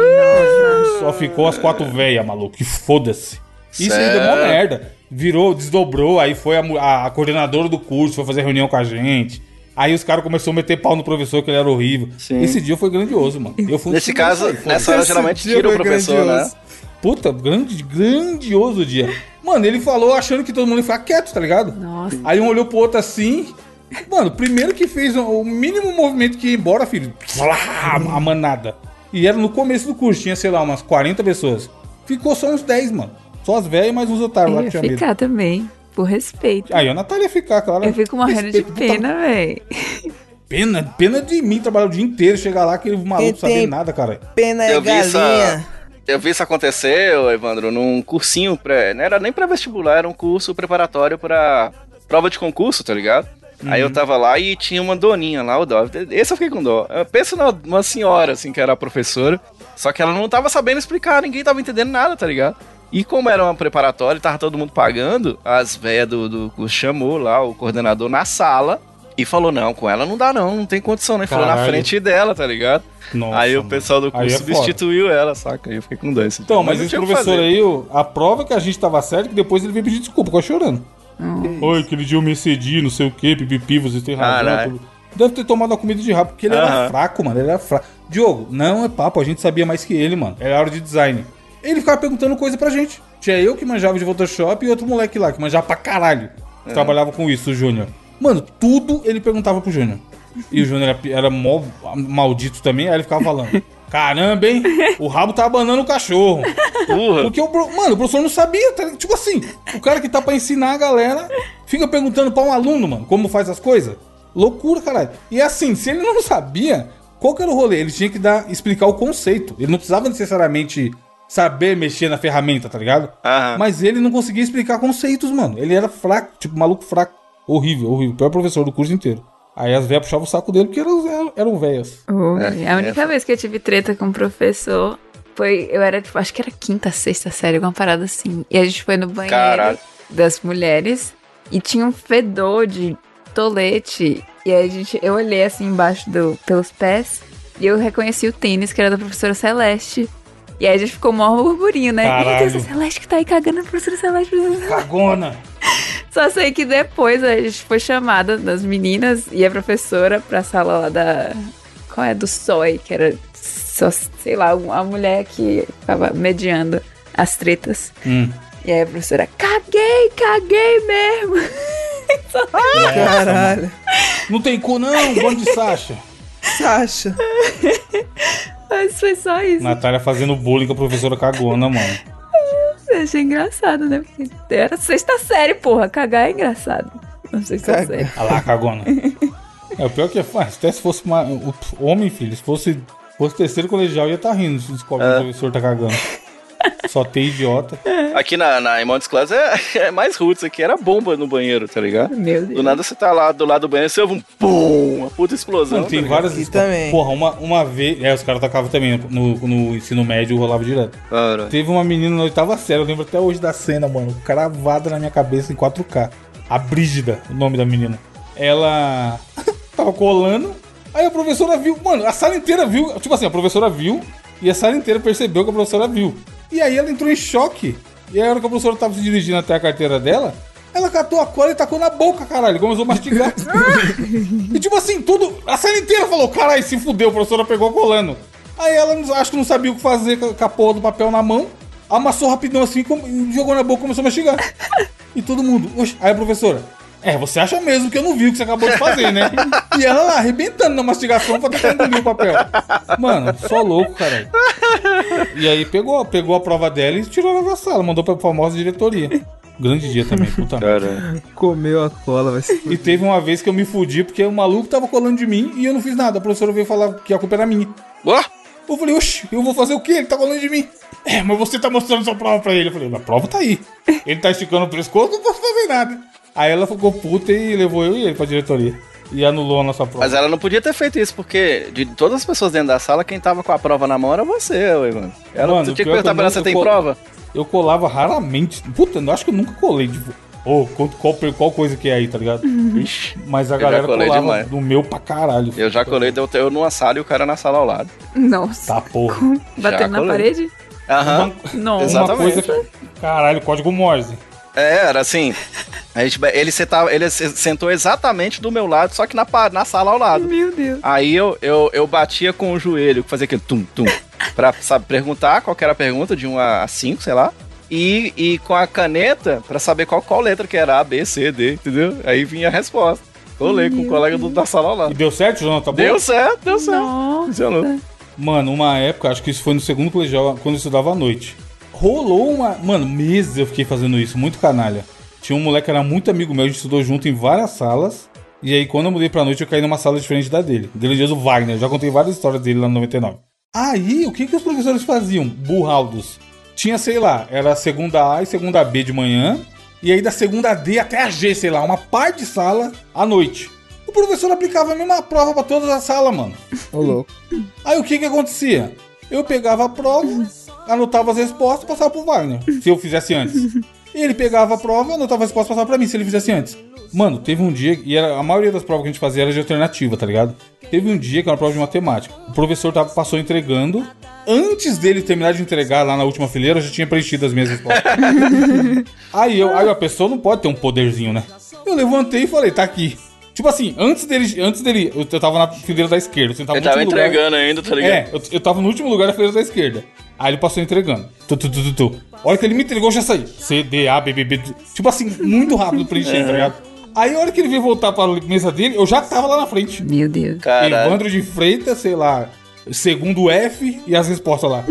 nossa. Só ficou as quatro velhas, maluco. Que foda-se. Isso aí deu Certo. uma merda. Virou, desdobrou, aí foi a, mu- a- a coordenadora do curso, foi fazer reunião com a gente. Aí os caras começaram a meter pau no professor, que ele era horrível. Sim. Esse dia foi grandioso, mano. Eu fui um Nesse dos caso, primeiros a sair, nessa hora Esse geralmente dia tira o foi professor, né? grandioso. foda-se. Puta, grande, grandioso dia. Mano, ele falou achando que todo mundo ia ficar quieto, tá ligado? Nossa. Aí um olhou pro outro assim. Mano, primeiro que fez o- o mínimo movimento que ia embora, filho. Flá, a manada. E era no começo do curso, tinha, sei lá, umas 40 pessoas. Ficou só uns 10, mano. Só as velhas e mais uns otários lá Eu que ia tinha medo. ficar também, por respeito. Aí a Natália ia ficar, claro. Eu fico morrendo de Respeito, puta pena, véi. Pena, pena de mim trabalhar o dia inteiro, chegar lá, aquele maluco Quem saber tem- nada, cara. Pena é Eu vi essa- galinha. Eu vi isso acontecer, ô, Evandro, num cursinho pré. Não era nem pra vestibular, era um curso preparatório pra prova de concurso, tá ligado? Aí eu tava lá e tinha uma doninha lá, o dó. Esse eu fiquei com dó. Eu Pensa numa numa senhora, assim, que era a professora. Só que ela não tava sabendo explicar, ninguém tava entendendo nada, tá ligado? E como era uma preparatória e tava todo mundo pagando, as velhas do, do curso chamou lá o coordenador na sala e falou: não, com ela não dá, não, não tem condição, nem falou na Caralho. frente dela, tá ligado? Nossa, aí o mano. pessoal do Aí curso é foda. substituiu ela, saca? Aí eu fiquei com dó. esse Então, dia. mas, eu esse tinha o que professor fazer. aí, o- a prova é que a gente tava certo, que depois ele veio pedir desculpa, ficou chorando. Oi, aquele dia eu me excedi, não sei o que, pipipi, vocês têm razão. Caralho. tudo. Deve ter tomado a comida de rabo, porque ele era Aham. fraco, mano, ele era fraco. Diogo, não é papo, a gente sabia mais que ele, mano. Era hora de design. Ele ficava perguntando coisa pra gente. Tinha eu que manjava de Photoshop e outro moleque lá, que manjava pra caralho. que Trabalhava com isso, o Júnior. Mano, tudo ele perguntava pro Júnior. E o Júnior era, pi- era mó maldito também, aí ele ficava falando. Caramba, hein? O rabo tá abanando o cachorro. Porra. Porque o. pro- Mano, o professor não sabia. tá ligado? Tipo assim, o cara que tá pra ensinar a galera fica perguntando pra um aluno, mano, como faz as coisas. Loucura, caralho. E assim, se ele não sabia, qual que era o rolê? Ele tinha que dar, explicar o conceito. Ele não precisava necessariamente saber mexer na ferramenta, tá ligado? Aham. Mas ele não conseguia explicar conceitos, mano. Ele era fraco, tipo, maluco fraco. Horrível, horrível. Pior professor do curso inteiro. Aí as velhas puxavam o saco dele porque eram, eram velhas. Ô, É, a única é. vez que eu tive treta com o professor foi. Eu era, tipo, acho que era quinta, sexta série, alguma parada assim. E a gente foi no banheiro Caralho. das mulheres e tinha um fedor de tolete. E aí a gente, eu olhei assim embaixo do, pelos pés e eu reconheci o tênis que era da professora Celeste. E aí a gente ficou mó burburinho, né? Caralho. Eita, essa Celeste que tá aí cagando a professora Celeste. professora Celeste." Cagona! Só sei que depois a gente foi chamada das meninas e a professora pra sala lá da. Qual é? Do SOI, que era só, sei lá, um- a mulher que ficava mediando as tretas. Hum. E aí a professora, caguei, caguei mesmo. Só- Caralho. Não tem cu, não, bando de Sasha. Sasha. Mas foi só isso. Natália fazendo bullying com a professora cagona, mano. Eu achei engraçado, né? Porque era sexta série, porra. Cagar é engraçado. Não sei se Cagar. série. Olha lá, cagona. É o pior que faz. Até se fosse uma, o- homem, filho, se fosse, fosse terceiro colegial, ia estar tá rindo se descobre É. que o professor tá cagando. Só tem idiota. Aqui na, na Immodious Class é, é mais roots aqui, era bomba no banheiro, tá ligado? Meu Deus. Do nada você tá lá do lado do banheiro, você ouve um pum, uma puta explosão. Mano, tem tá ligado? várias. Aqui também. Porra, uma, uma vez. É, os caras tocavam também no, no ensino médio, rolava direto. Cara, Teve uma menina na oitava série, eu lembro até hoje da cena, mano, cravada na minha cabeça em 4K. A Brígida, o nome da menina. Ela tava colando, aí a professora viu, mano, a sala inteira viu, tipo assim, a professora viu e a sala inteira percebeu que a professora viu. E aí ela entrou em choque. E aí a hora que a professora tava se dirigindo até a carteira dela, ela catou a cola e tacou na boca, caralho, começou a mastigar. E tipo assim, tudo. A série inteira falou: caralho, se fudeu, a professora pegou colando. Aí ela não- acho que não sabia o que fazer com a- com a porra do papel na mão, amassou rapidão assim, com- e jogou na boca e começou a mastigar. E todo mundo. "Oxe." Aí a professora. É, você acha mesmo que eu não vi o que você acabou de fazer, né? E ela lá arrebentando na mastigação pra tentar engolir o papel. Mano, só louco, caralho. E aí pegou, pegou a prova dela e tirou ela da sala, mandou pra famosa diretoria. Grande dia também, puta merda. cara. Comeu a cola, vai se E teve uma vez que eu me fudi porque o maluco tava colando de mim e eu não fiz nada. A professora veio falar que a culpa era minha. Ó, Eu falei, oxi, eu vou fazer o quê? Ele tá colando de mim. É, mas você tá mostrando sua prova pra ele. Eu falei, a prova tá aí. Ele tá esticando o pescoço, não posso fazer nada. Aí ela ficou puta e levou eu e ele pra diretoria. E anulou a nossa prova. Mas ela não podia ter feito isso, porque de todas as pessoas dentro da sala, quem tava com a prova na mão era você, ué, mano. Ela Mano, tu tinha pior que que perguntar eu pra ela, nunca você tem colo- prova? Eu colava raramente. Puta, eu acho que eu nunca colei. Tipo, ô, qual, qual, qual coisa que é aí, tá ligado? Ixi. Mas a Eu já galera colei colava demais. do meu pra caralho. Eu já colei, deu eu numa sala e o cara na sala ao lado. Nossa. Tá porra. Batendo na colei. parede? Aham. Uma- Não. Exato. Uma coisa Exatamente. que... Caralho, código Morse. É, era assim. A gente, ele, sentava, ele se- sentou exatamente do meu lado, só que na, pa- na sala ao lado. Meu Deus. Aí eu, eu, eu batia com o joelho, fazia aquele tum-tum, pra, sabe, perguntar qual que era a pergunta, de 1 a 5, sei lá. E, e com a caneta, pra saber qual, qual letra que era, A, B, C, D, entendeu? Aí vinha a resposta. Colei com o colega do, da sala lá. E deu certo, Jonathan? Tá bom? Deu certo, deu certo. é Nossa. Funcionou. Mano, uma época, acho que isso foi no segundo colegial, quando eu estudava à noite. Rolou uma. Mano, meses eu fiquei fazendo isso, muito canalha. Tinha um moleque que era muito amigo meu, a gente estudou junto em várias salas. E aí, quando eu mudei pra noite, eu caí numa sala diferente da dele. Grandioso Wagner, já contei várias histórias dele lá no 99. Aí, o que, que os professores faziam? Burraldos. Tinha, sei lá, era segunda A e segunda B de manhã. E aí, da segunda D até a G, sei lá, uma par de sala à noite. O professor aplicava a mesma prova pra todas as salas, mano. Ô, louco. Aí o que que acontecia? Eu pegava a prova, anotava as respostas e passava pro Wagner, se eu fizesse antes. Ele pegava a prova, anotava as respostas e passava pra mim, se ele fizesse antes. Mano, teve um dia, e era- a maioria das provas que a gente fazia era de alternativa, tá ligado? Teve um dia que era uma prova de matemática. O professor tava, passou entregando. Antes dele terminar de entregar lá na última fileira, eu já tinha preenchido as minhas respostas. Aí eu, aí a pessoa não pode ter um poderzinho, né? Eu levantei e falei, tá aqui. Tipo assim, antes dele, antes dele, eu, eu tava na fileira da esquerda, eu sentava Ele no tava último lugar. entregando ainda, tá ligado? É, eu, eu tava no último lugar da fileira da esquerda. Aí ele passou entregando. Tu, tu, tu, tu, É. tu. A hora que ele me entregou, eu já saí. C, D, A, B, B, B. Tipo assim, muito rápido preenchendo, tá ligado? Aí a hora que ele veio voltar pra mesa dele, eu já tava lá na frente. Meu Deus. Caralho. Evandro de Freitas, sei lá, segundo F e as respostas lá.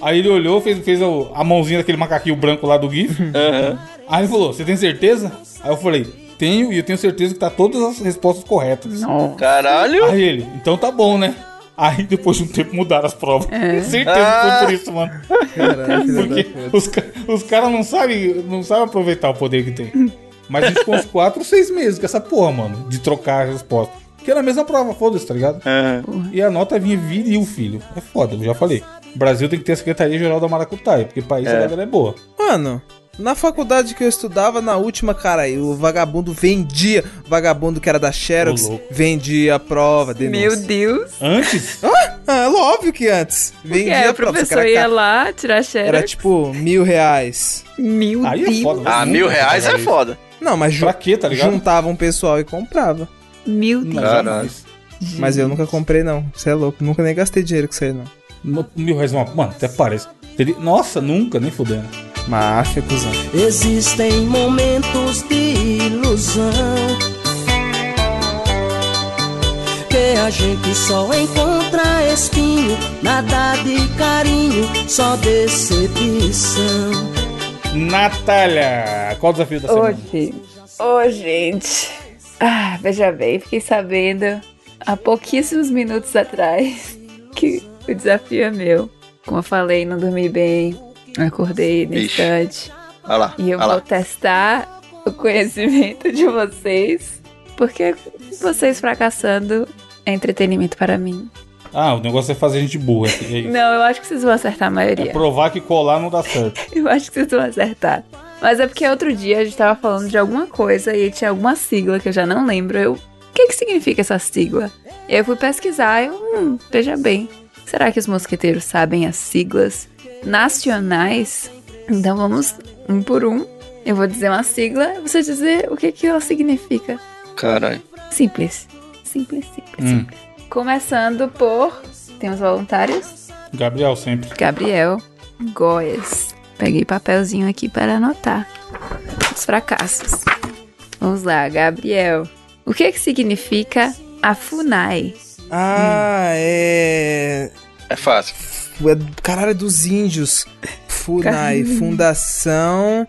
Aí ele olhou, fez, fez o- a mãozinha daquele macaquinho branco lá do GIF. Aham. Aí ele falou: Você tem certeza? Aí eu falei: Tenho, e eu tenho certeza que tá todas as respostas corretas. Nossa. Caralho. Aí ele: Então tá bom, né? Aí depois de um tempo mudaram as provas. É. Certeza que foi Ah. por isso, mano. Caralho, filho da Porque puta. os, ca- os caras não sabem não sabem aproveitar o poder que tem. Mas a gente ficou uns 4 ou 6 meses com essa porra, mano, de trocar as respostas. Que era a mesma prova, foda-se, tá ligado? Aham. E a nota vinha viril, filho. É foda, eu já falei. O Brasil tem que ter a Secretaria-Geral da Maracutaia, porque país a galera é boa. Mano, na faculdade que eu estudava, na última, cara, aí o vagabundo vendia. O vagabundo que era da Xerox Ô, louco. vendia a prova. Denúncia. Meu Deus. Antes, Ah, é óbvio que antes. Porque Vendia aí o a prova. professor cara, ia cara, lá né? tirar Era xerox. tipo mil reais. Meu aí é Deus. foda. Ah, mas mil nunca reais é pagaria isso. foda. Não, mas ju Pra quê, tá ligado? juntava um pessoal e comprava. Meu Não, Deus. Caralho. jamais. Mas eu nunca comprei, não. Você é louco. Nunca nem gastei dinheiro com isso aí, não. No- Mil reais, mano, mano, até parece. Teria- Nossa, nunca, nem fudendo. Máfia, cuzão. Existem momentos de ilusão que a gente só encontra espinho, nada de carinho, só decepção. Natália, qual o desafio da semana? Hoje, Ô, gente. Ah, veja bem, fiquei sabendo há pouquíssimos minutos atrás que o desafio é meu. Como eu falei, não dormi bem, acordei no Ixi. instante. Olha lá. E eu Olha vou lá. testar o conhecimento de vocês, porque vocês fracassando é entretenimento para mim. Ah, o negócio é fazer a gente burra. É, isso. Não, eu acho que vocês vão acertar a é maioria. provar que colar não dá certo. Eu acho que vocês vão acertar. Mas é porque outro dia a gente tava falando de alguma coisa e tinha alguma sigla que eu já não lembro. Eu, o que que significa essa sigla? E aí eu fui pesquisar e eu, hum, veja bem. Será que os mosqueteiros sabem as siglas nacionais? Então vamos um por um. Eu vou dizer uma sigla, você dizer o que que ela significa. Caralho. Simples. Simples, simples, Hum. simples. Começando por... Temos voluntários? Hum. Gabriel, sempre. Gabriel Góes. Peguei papelzinho aqui para anotar os fracassos. Vamos lá, Gabriel. O que que significa a FUNAI? Ah, é. É fácil. é- Caralho, é dos índios. FUNAI, Fundação.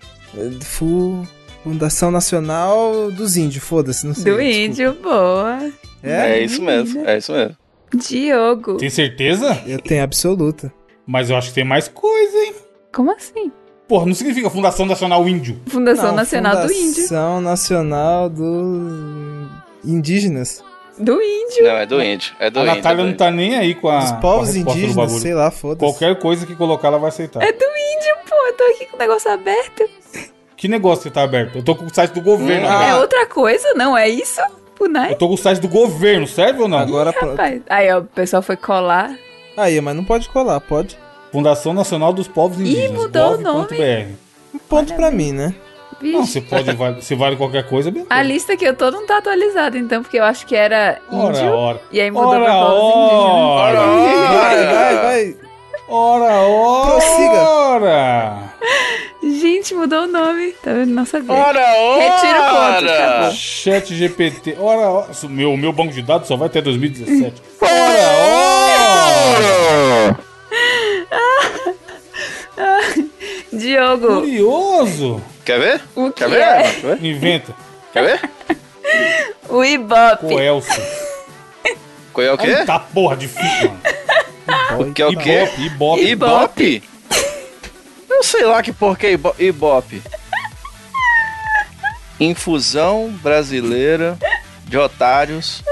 Fu... Fundação Nacional dos Índios, foda-se, não sei. Do desculpa. índio, boa. É, É isso mesmo. É isso mesmo. Diogo. Tem certeza? eu tenho absoluta. Mas eu acho que tem mais coisa, hein? Como assim? Porra, não significa Fundação Nacional Índio. Fundação Não, Nacional do Índio. Fundação Nacional dos Indígenas. Do índio. Não, é do índio. É do a índio. é Natália do não índio. tá nem aí com a. Dos com a povos resposta do indígenas, bagulho. sei lá, foda-se. Qualquer coisa que colocar, ela vai aceitar. É do índio, pô. Eu tô aqui com o negócio aberto. Que negócio que tá aberto? Eu tô com o site do governo Hum, Ah. agora. É outra coisa, não é isso? FUNAI? Eu tô com o site do governo, serve ou não? Agora pro- Rapaz. Aí, ó, o pessoal foi colar. Aí, mas não pode colar, pode. Fundação Nacional dos Povos Indígenas. mudou o gov.br. Um ponto pra mim, né? Vixe. Não, se pode, vale- se vale qualquer coisa, beleza. A lista que eu tô não tá atualizada, então, porque eu acho que era índio. Ora, ora. E aí mudou pra né? Ora, pauzinho. ora. Vai, vai, vai. Ora, ora. Prossiga. Ora. Gente, mudou o nome. Tá vendo? Não sabia. Ora, ora! Retira o ponto, tá acabou. Chat GPT. Ora, ora. Isso, Meu, meu banco de dados só vai até 2017. Ora, ora. Diogo, Curioso. Quer ver? o que Quer ver? é Quer ver? Inventa. é Quer ver? o Ibope? Coelso. Qual é o quê? Tá porra difícil, mano. O que é o quê? Ibope, Ibope. Ibope? Eu sei lá que porca é Ibo- Ibope. Infusão brasileira de otários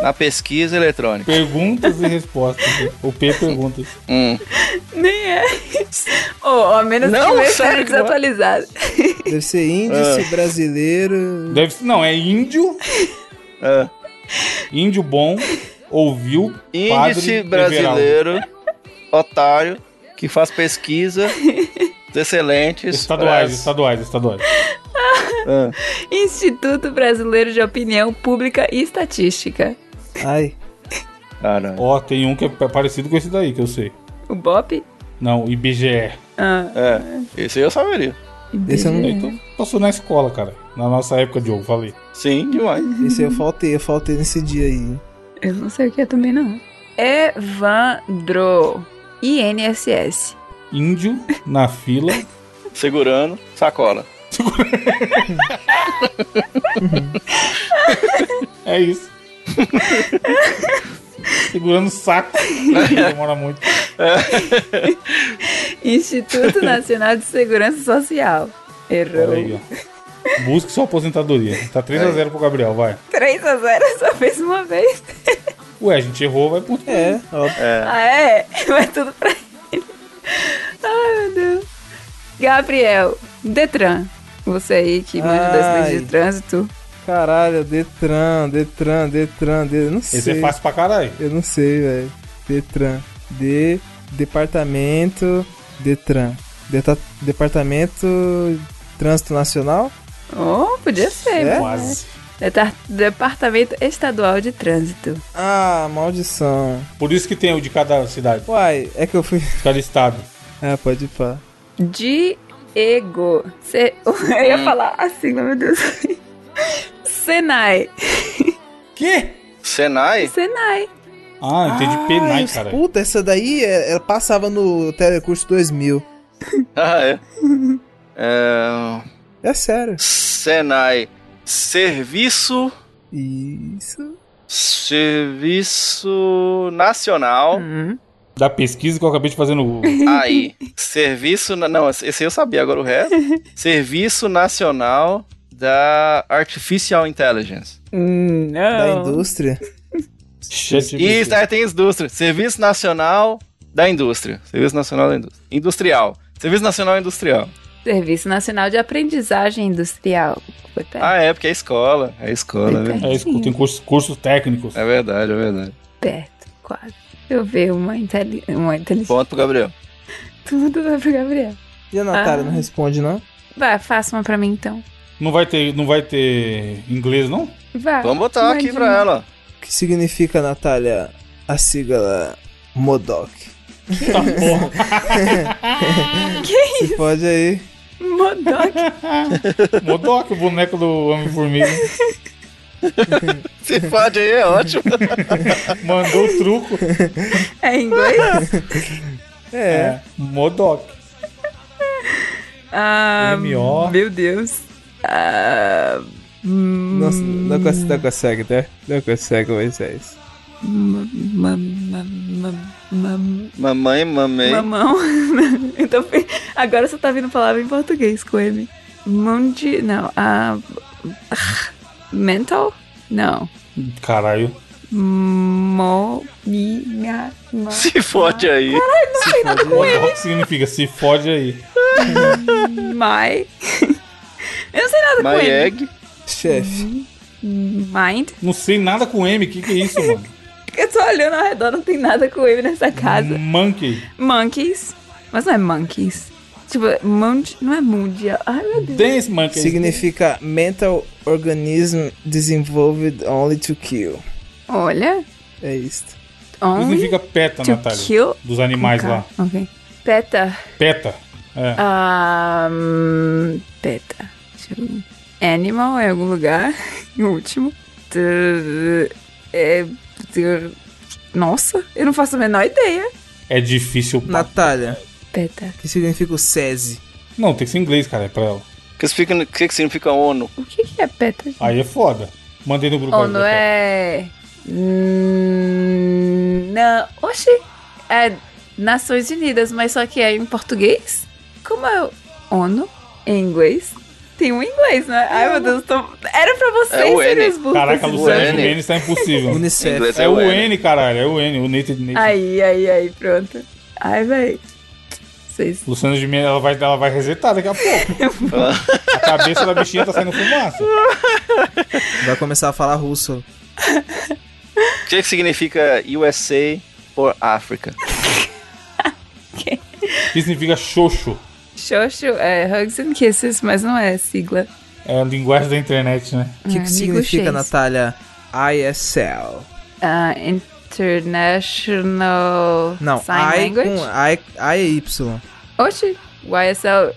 na pesquisa eletrônica. Perguntas e respostas. O P pergunta. Hum. Nem é. Ou, ao menos Não, que o meu sério esteja que não é? desatualizado. Deve ser índice É. brasileiro. Deve ser, não, é índio, Ah. índio bom, ouviu, Índice padre liberal. brasileiro otário que faz pesquisa excelentes. Estaduais, pras- estaduais, estaduais. Ah. Instituto Brasileiro de Opinião Pública e Estatística. Ai. Caralho. Ó, tem um que é pa- parecido com esse daí, que eu sei. O Bop? Não, IBGE. Ah, É, esse aí eu saberia. Esse eu não- Uhum. Aí tu Então, passou na escola, cara. Na nossa época, Diogo, falei. Sim, demais. Esse aí eu faltei, eu faltei nesse dia aí. Eu não sei o que é também, não. Evandro. INSS. Índio na fila. Segurando, sacola. É isso. Segurando o saco. Demora muito. Instituto Nacional de Segurança Social. Errou. Olha aí, ó. Busque sua aposentadoria. Tá 3x0 pro Gabriel, vai. 3 a 0 só fez uma vez. Ué, a gente errou, vai por É, ó, Ah, é? Vai tudo pra ele. Ai, meu Deus. Gabriel, Detran. Você aí que manja das leis Ai. de trânsito. caralho, é Detran, Detran, Detran, Detran, não sei. Esse é fácil pra caralho. Eu não sei, velho. Detran. De. Departamento. Detran. Deta- Departamento. Trânsito Nacional? Oh, podia ser. É? Quase. Detar- Departamento Estadual de Trânsito. Ah, maldição. Por isso que tem o de cada cidade, Uai, é que eu fui. de cada estado. Ah, pode ir pá. Diego. Se... Eu ia falar assim, meu Deus. Senai. Quê? Senai? Senai. Ah, entendi. Ah, Penai, isso- cara. Puta, essa daí é- ela passava no Telecurso 2000. Ah, é. é. É sério. Senai. Serviço. Isso. Serviço Nacional. Hum. Da pesquisa que eu acabei de fazer no Google. Aí. Serviço. na- Não, esse eu sabia, agora o resto. Serviço Nacional da Artificial Intelligence. Hum, É, Da Não. indústria. ChatGPT. Isso, aí tem indústria. Serviço Nacional da Indústria. Serviço Nacional da Indústria. Industrial. Serviço Nacional Industrial. Serviço Nacional de Aprendizagem Industrial. Foi perto. Ah, é, porque é escola. É escola, Eita. né? É isso, tem cursos, cursos técnicos. É verdade, é verdade. Perto, quase. Eu ver uma, inteli uma inteligência. Ponto pro Gabriel. Tudo vai pro Gabriel. E a Natália Ah. não responde, não? Vai, faça uma pra mim então. Não vai ter, não vai ter inglês, não? Vai. Vamos botar vai aqui de pra mim. ela. ó. O que significa, Natália, a sigla MODOK? Tá porra. Você pode aí. Modoc. Modoc, o boneco do Homem-Formiga. Se pode aí, é ótimo. Mandou o truco. É em inglês? É. Modoc. Ah, M.O.. Meu Deus. Ah, hum, Nossa, não consegue, não consegue, né? Não consegue, é Moisés. ma- ma- ma- ma- Mamãe, mamei. Mamão. então, agora só tá vindo palavra em português com M. Mundi. Não. ah, mental? Não. Caralho. Mo. Mi. Minha. ma- Se fode aí. Modoc significa se fode aí. My. Eu não sei nada com My M. egg. Uhum. Chefe. Mind. Não sei nada com M, que que é isso, mano? Eu tô olhando ao redor, não tem nada com ele nessa Hum. casa. Monkey. Monkeys. Mas não é monkeys. Tipo, mundi, não é mundial. Ai, meu Deus. Dance Monkey. Significa Mental Organism Desenvolved Only to Kill. Olha. É isto. Only Significa peta, to Natália. kill. Dos animais Tá, lá. Ok. Peta. Peta. É. Ahn. um, peta. Deixa eu ver. Animal em algum lugar. em último. Tu- é- tu- Nossa, eu não faço a menor ideia. É difícil. pra- Natália, Peta. o que significa o SESI? Não, tem que ser inglês, cara, é pra ela. O que significa, o que que significa ONU? O que, que é peta? gente? Aí é foda. Mandei no grupo. Ou aí, Oh, não Natália. é. Hum, Não. Oxi. É Nações Unidas, mas só que é em português? Como é o- ONU em inglês? Tem um em inglês, né? Ai, É. meu Deus. Tô... Era pra É vocês o N. serem os burros. Caraca, esses Luciano N. Jimenez tá impossível. Em Unicef. inglês é o N, caralho. É o N, o Native anos. Native. Aí, aí, aí, pronto. Ai, velho. Vocês. Luciana Jimenez, ela vai, ela vai resetar daqui a pouco. a cabeça da bichinha tá saindo fumaça. Vai começar a falar russo. O que que significa USA for Africa? O que significa xoxo? Xoxo é Hugs and Kisses, mas não é sigla. É a linguagem da internet, né? O que, Ah, que significa, Nicochês. Natália? ISL. Ah, International Não, Sign I Language. com I, I é Y. Oxi, YSL.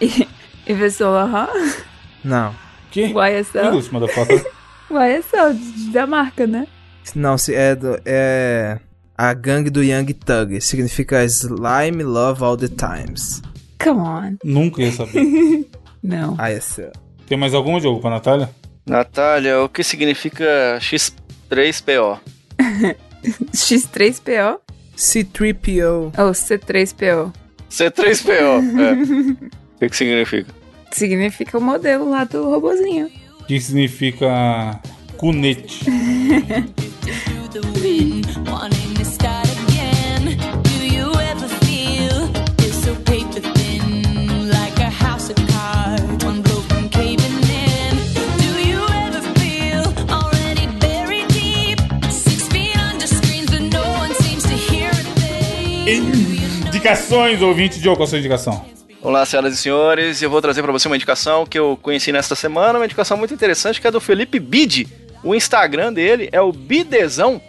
E e pessoa, aham. Não. Que? YSL. Isso, motherfucker. YSL, de- da marca, né? Não, se é, do- é a gangue do Young Thug. Significa Slime Love All the Times. Come on. Nunca ia saber. Não. Ah, essa. Tem mais algum jogo pra Natália? Natália, o que significa X3PO? X3PO C3PO. ou C3PO? C3PO. É. O que, que significa? Significa o modelo lá do robozinho. Que significa cunete. Indicações, ouvinte Diogo, qual a sua indicação? Olá, senhoras e senhores. Eu vou trazer pra você uma indicação que eu conheci nesta semana, uma indicação muito interessante, que é do Felipe Bide. O Instagram dele é o Bidezão.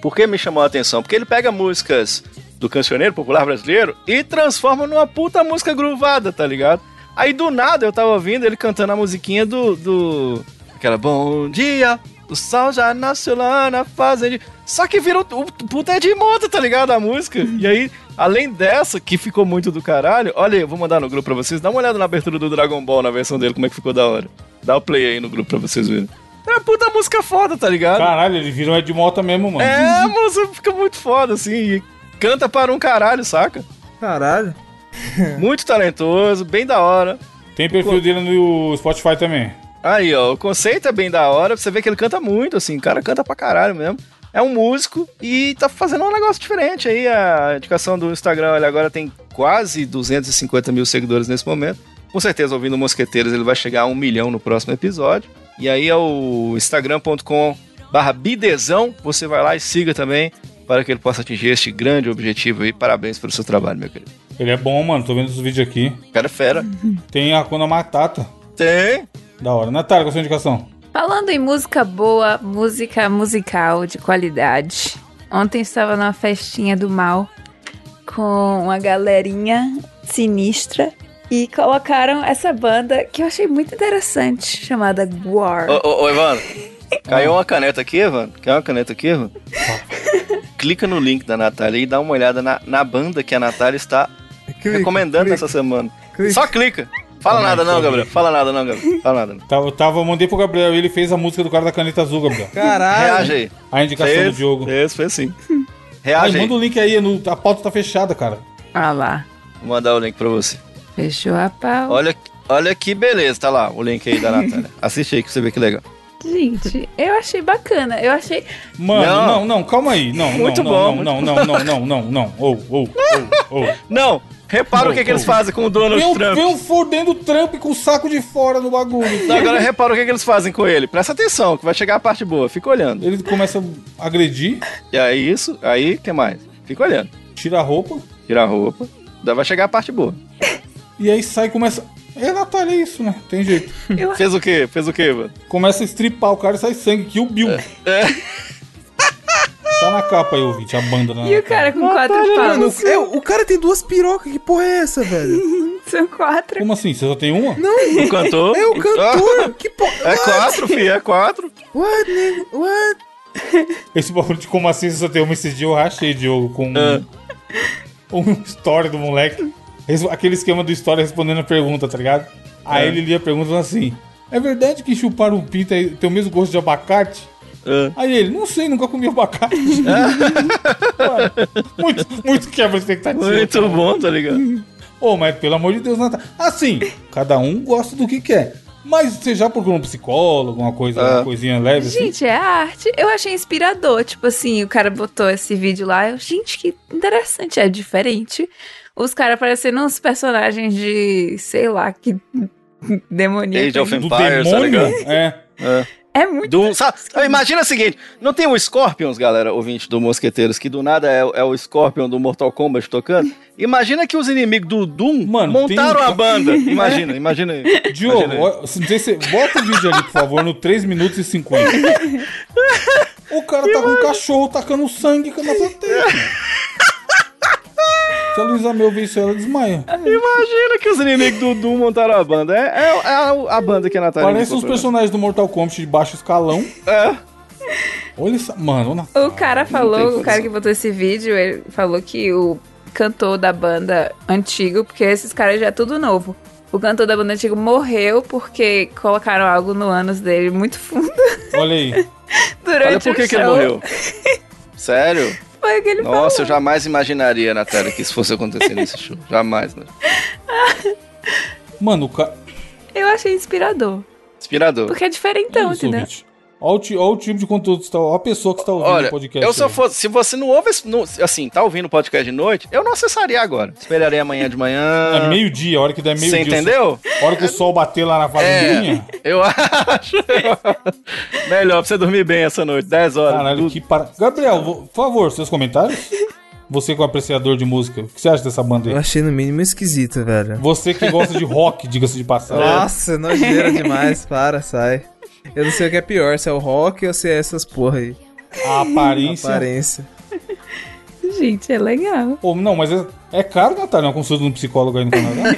Por que me chamou a atenção? Porque ele pega músicas do cancioneiro popular brasileiro e transforma numa puta música gruvada, tá ligado? Aí do nada eu tava ouvindo ele cantando a musiquinha do. do... Aquela Bom Dia, o sol já nasceu lá na fazenda. Só que virou o puta de moto, tá ligado? A música. E aí, além dessa, que ficou muito do caralho, olha aí, eu vou mandar no grupo pra vocês. Dá uma olhada na abertura do Dragon Ball, na versão dele, como é que ficou da hora. Dá o play aí no grupo pra vocês verem. É uma puta música foda, tá ligado? Caralho, ele vira um Ed Mota mesmo, mano. É, moço, fica muito foda, assim. E canta para um caralho, saca? Caralho. Muito talentoso, bem da hora. Tem perfil dele no Spotify também. Aí, ó, o conceito é bem da hora. Você vê que ele canta muito, assim. O cara canta pra caralho mesmo. É um músico e tá fazendo um negócio diferente aí. A indicação do Instagram, olha, agora tem quase 250 mil seguidores nesse momento. Com certeza, ouvindo Mosqueteiros, ele vai chegar a um milhão no próximo episódio. E aí é o instagram.com barra bidezão. Você vai lá e siga também para que ele possa atingir este grande objetivo aí. Parabéns pelo seu trabalho, meu querido. Ele é bom, mano. Tô vendo os vídeos aqui. O cara é fera. Tem a Hakuna Matata. Tem. Da hora. Natália, qual a sua indicação? Falando em música boa, música musical de qualidade. Ontem estava numa festinha do mal com uma galerinha sinistra e colocaram essa banda que eu achei muito interessante, chamada Guar. Ô, ô, ô, Evandro. Caiu uma caneta aqui, Evandro? Caiu uma caneta aqui, Evandro? Clica no link da Natália e dá uma olhada na, na banda que a Natália está recomendando essa semana. clica. é Só clica. Fala Calma aí, nada não, calma Gabriel. Fala nada não, Gabriel. Fala nada não. Tá- Eu tava, eu mandei pro Gabriel e ele fez a música do cara da caneta azul, Gabriel. Caralho. Reage aí. A indicação do Fez, Diogo. fez, fez sim. Ai, Reage aí. manda o link aí, no- a pauta tá fechada, cara. Ah lá, Vou mandar o link pra você. fechou a pau. Olha, olha que beleza. Tá lá o link aí da Natália. Assiste aí que você vê que legal. Gente, eu achei bacana. Eu achei. Mano, Não. não, não, calma aí. Não, Muito não, bom, não, muito não, não, não, não, não, não. Ou, ou, ou, ou. Não, repara o que, que eles fazem com o Donald Eu, Trump. eu fodendo o Trump um com o saco de fora no bagulho. Não, agora repara o que, que eles fazem com ele. Presta atenção, que vai chegar a parte boa. Fica olhando. Ele começa a agredir, E aí isso, aí o que mais? Fica olhando. tira a roupa, Tira a roupa. Daí vai chegar a parte boa. e aí sai e começa. É, Natália, é isso, né? Tem jeito. Eu Fez o quê? Fez o quê, mano? Começa a estripar o cara e sai sangue, que o Bill. É. Tá na capa aí, ouvinte, a banda, Ah, né? tá. E o cara com quatro Mano, palmos. eu- o cara tem duas pirocas. Que porra é essa, velho? São quatro. Como assim? Você só tem uma? O Um cantor? É o cantor. Que porra. É quatro, fi, é quatro. What, né? nigga? What? Esse bagulho de como assim você só tem uma esse dia eu rachei, Diogo, com Ah. um, um story do moleque. Res- Aquele esquema do story respondendo a pergunta, tá ligado? Aí É. ele lia a pergunta e falou assim: É verdade que chupar um pinto é- tem o mesmo gosto de abacate? É. Aí ele, não sei, nunca comi abacate. Mano, muito, muito quebra a expectativa. Muito bom, tá ligado? Ô, mas pelo amor de Deus, Natal. Assim, cada um gosta do que quer. Mas você já procurou um psicólogo, uma coisa, É. uma coisinha leve? assim? Gente, é arte. Eu achei inspirador. Tipo assim, o cara botou esse vídeo lá. Eu, gente, que interessante. É diferente. Os caras parecendo uns personagens de, sei lá, que Age demoníaco. of Do Empires, tá demônio? ligado? é. É. É muito. Do, sabe, imagina o seguinte, não tem o Scorpions, galera, ouvinte do Mosqueteiros, que do nada é, é o Scorpion do Mortal Kombat tocando. Imagina que os inimigos do Doom Mano, montaram tem um- a banda. Imagina, imagina aí. Diogo, Imagina aí. ó, se- não sei se- bota o vídeo ali, por favor, no 3 minutos e 50. O cara tá com um cachorro tacando sangue com a nossa tela. Se a Luísa Mel ver isso, ela desmaia. Tá Imagina que os inimigos do Doom montaram a banda. É, é, é a, a banda que a Natália Parece os indicou pra personagens do Mortal Kombat de baixo escalão. nós. É. Olha essa. Mano, olha. O cara tem falou, condição. o cara que botou esse vídeo, ele falou que o cantor da banda antigo, porque esses caras já é tudo novo. O cantor da banda antigo morreu porque colocaram algo no ânus dele muito fundo Olha aí. durante Olha por o que, que ele show. morreu. Sério? Foi o que ele Nossa, eu jamais imaginaria, Natália, que isso fosse acontecer nesse show. Jamais, né? Mano, o cara. Eu achei inspirador. Inspirador. Porque é diferentão, entendeu? Olha o, ti- olha o tipo de conteúdo que você tá. Olha a pessoa que está ouvindo Olha, o podcast. eu só aí. fosse. Se você não ouve. esse- não- assim, tá ouvindo o podcast de noite, eu não acessaria agora. Esperaria amanhã de É manhã. meio-dia, a hora que der Você meio-dia. entendeu? É. A hora que o sol bater lá na fazendinha. Eu acho. Melhor pra você dormir bem essa noite, 10 horas. Caralho, Du- que para. Gabriel, vo- por favor, seus comentários. Você que é um apreciador de música, o que você acha dessa banda Eu aí? achei no mínimo esquisita, velho. Você que gosta de rock, diga-se de passagem. Nossa, nojeira demais, para, sai. Eu não sei o que é pior, se é o rock ou se é essas porra aí. A aparência. Aparência. Gente, é legal. Pô, não, mas é, é caro, Natália, uma consulta de um psicólogo aí no Canadá.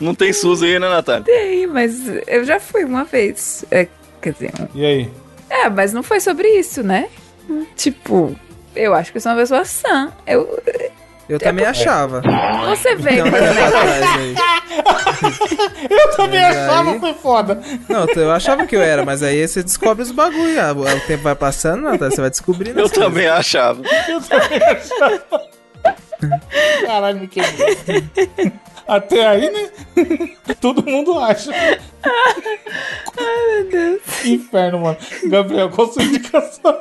Não tem SUS aí, né, Natália? Tem, mas eu já fui uma vez. É, quer dizer, E aí? É, mas não foi sobre isso, né? Hum. Tipo, eu acho que eu sou uma pessoa sã. Eu, Eu É também achava. Ah. você né? veio Tem um com tempo esse negócio. atrás aí. Eu também Mas achava aí- que foi foda. Não, eu achava que eu era, mas aí você descobre os bagulho. ah, O tempo vai passando, não, tá? você vai descobrindo. Eu as coisas. também achava. Caralho, me quebrou. Até aí, né? Todo mundo acha. Ai, meu Deus. Inferno, mano. Gabriel, qual a sua indicação?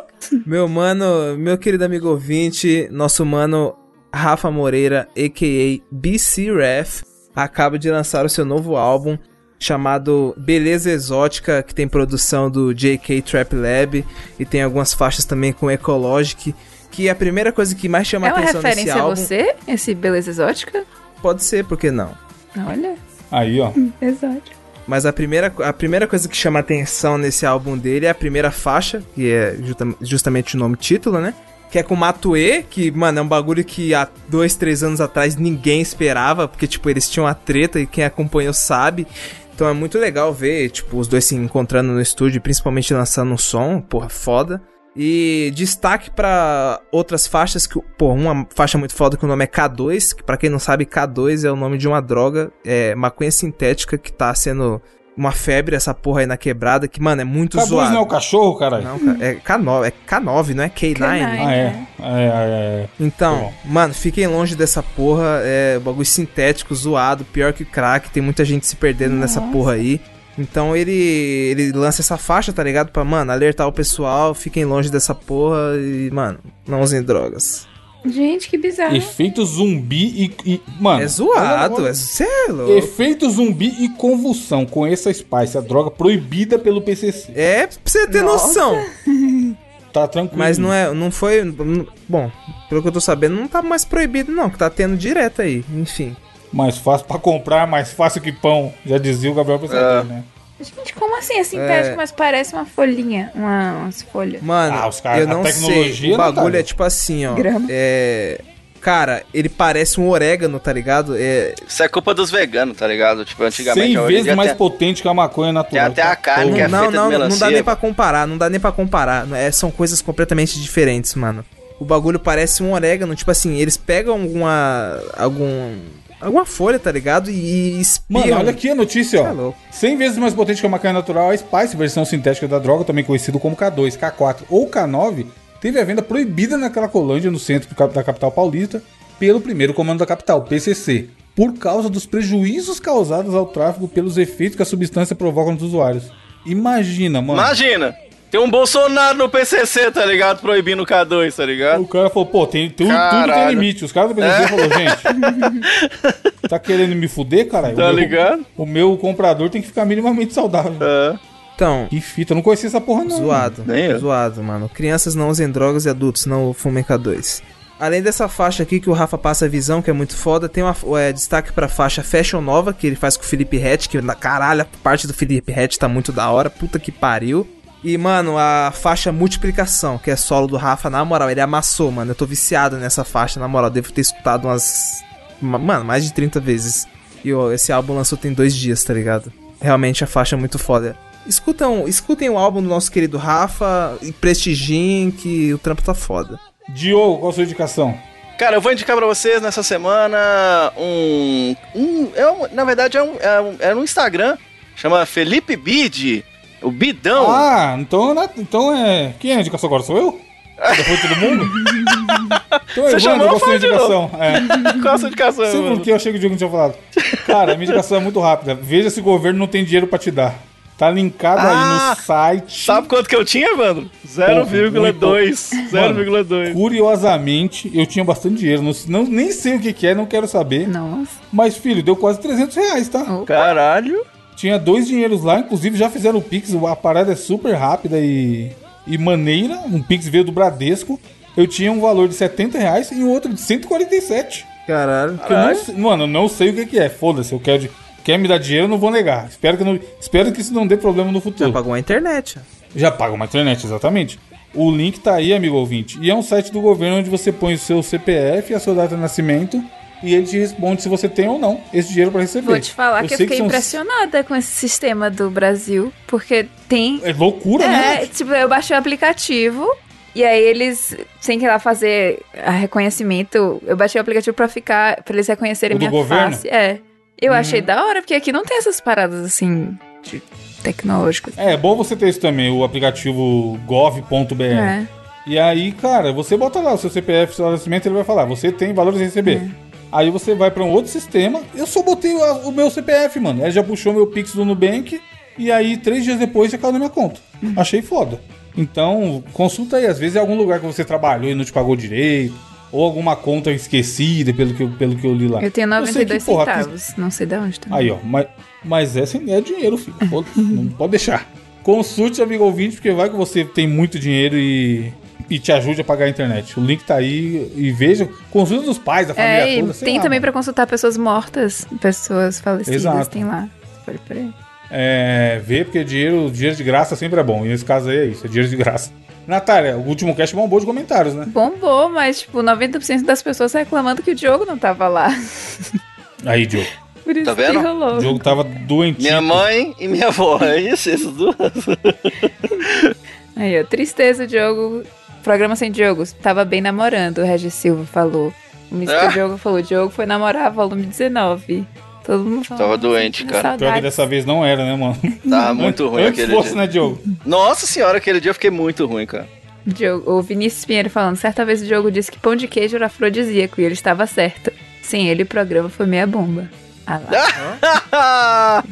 Meu mano, meu querido amigo ouvinte, nosso mano Rafa Moreira, a.k.a. BC Ref, acaba de lançar o seu novo álbum chamado Beleza Exótica, que tem produção do JK Trap Lab e tem algumas faixas também com Ecologic, que é a primeira coisa que mais chama É uma atenção nesse referência a álbum você, esse beleza exótica? pode ser, por que não? Olha, Aí, ó. exótica. Mas a primeira, co- a primeira coisa que chama atenção nesse álbum dele é a primeira faixa, que é justa- justamente o nome título, né? Que é com o Matue, que, mano, é um bagulho que há dois, três anos atrás ninguém esperava, porque, tipo, eles tinham a treta e quem acompanhou sabe. Então é muito legal ver, tipo, os dois se encontrando no estúdio, principalmente lançando um som, porra, foda. E destaque pra outras faixas que, pô, uma faixa muito foda que o nome é K2, que pra quem não sabe, K2 é o nome de uma droga, é maconha sintética que tá sendo uma febre essa porra aí na quebrada, que, mano, é muito Cabuz zoado. não é o cachorro, caralho? Não, cara, é K9, é K9, não é K9. K9. Ah, é. É, é, é. Então, Bom. mano, fiquem longe dessa porra. É bagulho sintético, zoado, pior que crack. Tem muita gente se perdendo nessa porra aí. Então ele ele lança essa faixa, tá ligado? Pra, mano, alertar o pessoal, fiquem longe dessa porra e, mano, não usem drogas. Gente, que bizarro. é. Efeito zumbi e. e- mano. é zoado, olha- é sério. Efeito zumbi e convulsão. Conheça a Spice, a droga proibida pelo PCC. É pra você ter Nossa. noção. Tá tranquilo. Mas não é, não foi. não- bom, pelo que eu tô sabendo, não tá mais proibido, não, que tá tendo direto aí. Enfim. Mais fácil pra comprar, mais fácil que pão. Já dizia o Gabriel Ah, Pensador, né? Gente, como assim? É sintético, É. mas parece uma folhinha, uma, umas folhas. Mano, Ah, os caras- eu a não sei. tecnologia não O bagulho tá, é né? tipo assim, ó. Grama. É. Cara, ele parece um orégano, tá ligado? É. Isso é culpa dos veganos, tá ligado? Tipo, antigamente... 100 hoje em vezes dia mais tem- potente que a maconha natural. Tem até a carne Pô. que é não, feita de não, não melancia, dá nem velho. pra comparar, não dá nem pra comparar. Não é- são coisas completamente diferentes, mano. O bagulho parece um orégano, tipo assim, eles pegam alguma. algum. alguma folha, tá ligado? E, e espiam. Mano, olha aqui a notícia, Tá ó. louco. 100 vezes mais potente que a maconha natural, a Spice, versão sintética da droga, também conhecido como K2, K4 ou K9, teve a venda proibida na Cracolândia, no centro da capital paulista, pelo primeiro comando da capital, PCC, por causa dos prejuízos causados ao tráfico pelos efeitos que a substância provoca nos usuários. Imagina, mano. Imagina! Tem um Bolsonaro no PCC, tá ligado? Proibindo o K2, tá ligado? O cara falou, pô, tem, tu- tudo tem Caralho. É. limite. Os caras do PCC falaram, gente, tá querendo me fuder, caralho? Tá O meu- ligado? O meu comprador tem que ficar minimamente saudável. É. Então, Que fita, eu não conhecia essa porra não. Zoado. Nem eu. Zoado, mano. Crianças não usem drogas e adultos não fumem K2. Além dessa faixa aqui que o Rafa passa a visão, que é muito foda, tem uma é, destaque pra faixa Fashion Nova, que ele faz com o Felipe Hatch, que na caralho, a parte do Felipe Hatch tá muito da hora, puta que pariu. E, mano, a faixa Multiplicação, que é solo do Rafa, na moral, ele amassou, mano. Eu tô viciado nessa faixa, na moral. Devo ter escutado umas. ma- Mano, mais de 30 vezes. E ó, esse álbum lançou tem dois dias, tá ligado? Realmente a faixa é muito foda. Escutam, escutem o álbum do nosso querido Rafa e prestigiem que o trampo tá foda. Diogo, qual a sua indicação? Cara, eu vou indicar pra vocês nessa semana um. um, é um- na verdade, é um, é um, é um Instagram. Chama Felipe Bid. O Bidão. Ah, então, na- então é. Quem é a indicação agora? Sou eu? Depois de todo mundo? Então, Você Evandro, chamou, qual a sua fala de indicação? É. Qual a sua indicação, Sei mano? por que eu achei que o Diogo não tinha falado. Cara, a minha indicação é muito rápida. Veja se o governo não tem dinheiro pra te dar. Tá linkado aí Ah, no site. Sabe quanto que eu tinha, Evandro? muito. 0,2. Mano, 0,2. Curiosamente, eu tinha bastante dinheiro. Não, não- nem sei o que, que é, não quero saber. Nossa. Mas, filho, deu quase 300 reais, tá? Opa. Caralho. Tinha dois dinheiros lá, inclusive já fizeram o Pix. A parada é super rápida e, e maneira. Um Pix veio do Bradesco. Eu tinha um valor de 70 reais e um outro de 147. Caralho. Que eu não sei- mano, eu não sei o que, que é. Foda-se, eu quero. de- Quer me dar dinheiro, eu não vou negar. Espero que, não- espero que isso não dê problema no futuro. Já pagou a internet. Já paga uma internet, exatamente. O link tá aí, amigo ouvinte. E é um site do governo onde você põe o seu CPF e a sua data de nascimento e ele te responde se você tem ou não esse dinheiro pra receber. Vou te falar que eu sei fiquei são- impressionada com esse sistema do Brasil, porque tem. É loucura, É, né? tipo, eu baixei o aplicativo e aí eles, sem que lá fazer a reconhecimento, eu baixei o aplicativo pra ficar, pra eles reconhecerem O do minha governo? face. É. Eu achei da hora, porque aqui não tem essas paradas assim de tecnológicas. É, é bom você ter isso também, o aplicativo gov.br. É. E aí, cara, você bota lá o seu CPF, seu nascimento, ele vai falar, você tem valores a receber. É. Aí você vai pra um outro sistema. Eu só botei a- o meu CPF, mano. Ele já puxou meu Pix do Nubank. E aí, três dias depois, já caiu na minha conta. Uhum. Achei foda. Então, consulta aí. Às vezes é algum lugar que você trabalhou e não te pagou direito. Ou alguma conta esquecida, pelo que, eu- pelo que eu li lá. Eu tenho sei que, 92 porra, que- centavos, não sei de onde tá. Aí, ó. Mas, mas essa é dinheiro, filho. Pô, Não pode deixar. Consulte, amigo ouvinte, porque vai que você tem muito dinheiro e, e te ajude a pagar a internet. O link tá aí e veja. Consulte dos pais, da família É, e toda. sei tem lá, também mano. pra consultar pessoas mortas, pessoas falecidas, Exato. tem lá. Você pode por aí. É, vê, porque dinheiro, dinheiro de graça sempre é bom. E nesse caso aí é isso, é dinheiro de graça. Natália, o último cast bombou de comentários, né? Bombou, mas tipo, 90% das pessoas reclamando que o Diogo não tava lá. Aí, Diogo. Por isso Tá vendo? que rolou. O Diogo tava doente. Minha mãe e minha avó. É isso, essas duas. tá- Aí, ó, tristeza, Diogo. Programa sem Diogo. Tava bem namorando, o Regis Silva falou. O Mr. Ah. Diogo falou: Diogo foi namorar, volume 19. Todo mundo falou. Tava "Nossa, doente, que cara. Pior que saudade." dessa vez não era, né, mano? Tava Tá muito ruim Antes aquele fosse, dia. né, Diogo? Uhum. Nossa senhora, aquele dia eu fiquei muito ruim, cara. Diogo- o Vinícius Pinheiro falando: certa vez o Diogo disse que pão de queijo era afrodisíaco e ele estava certo. Sem ele, o programa foi meia bomba. Ah lá.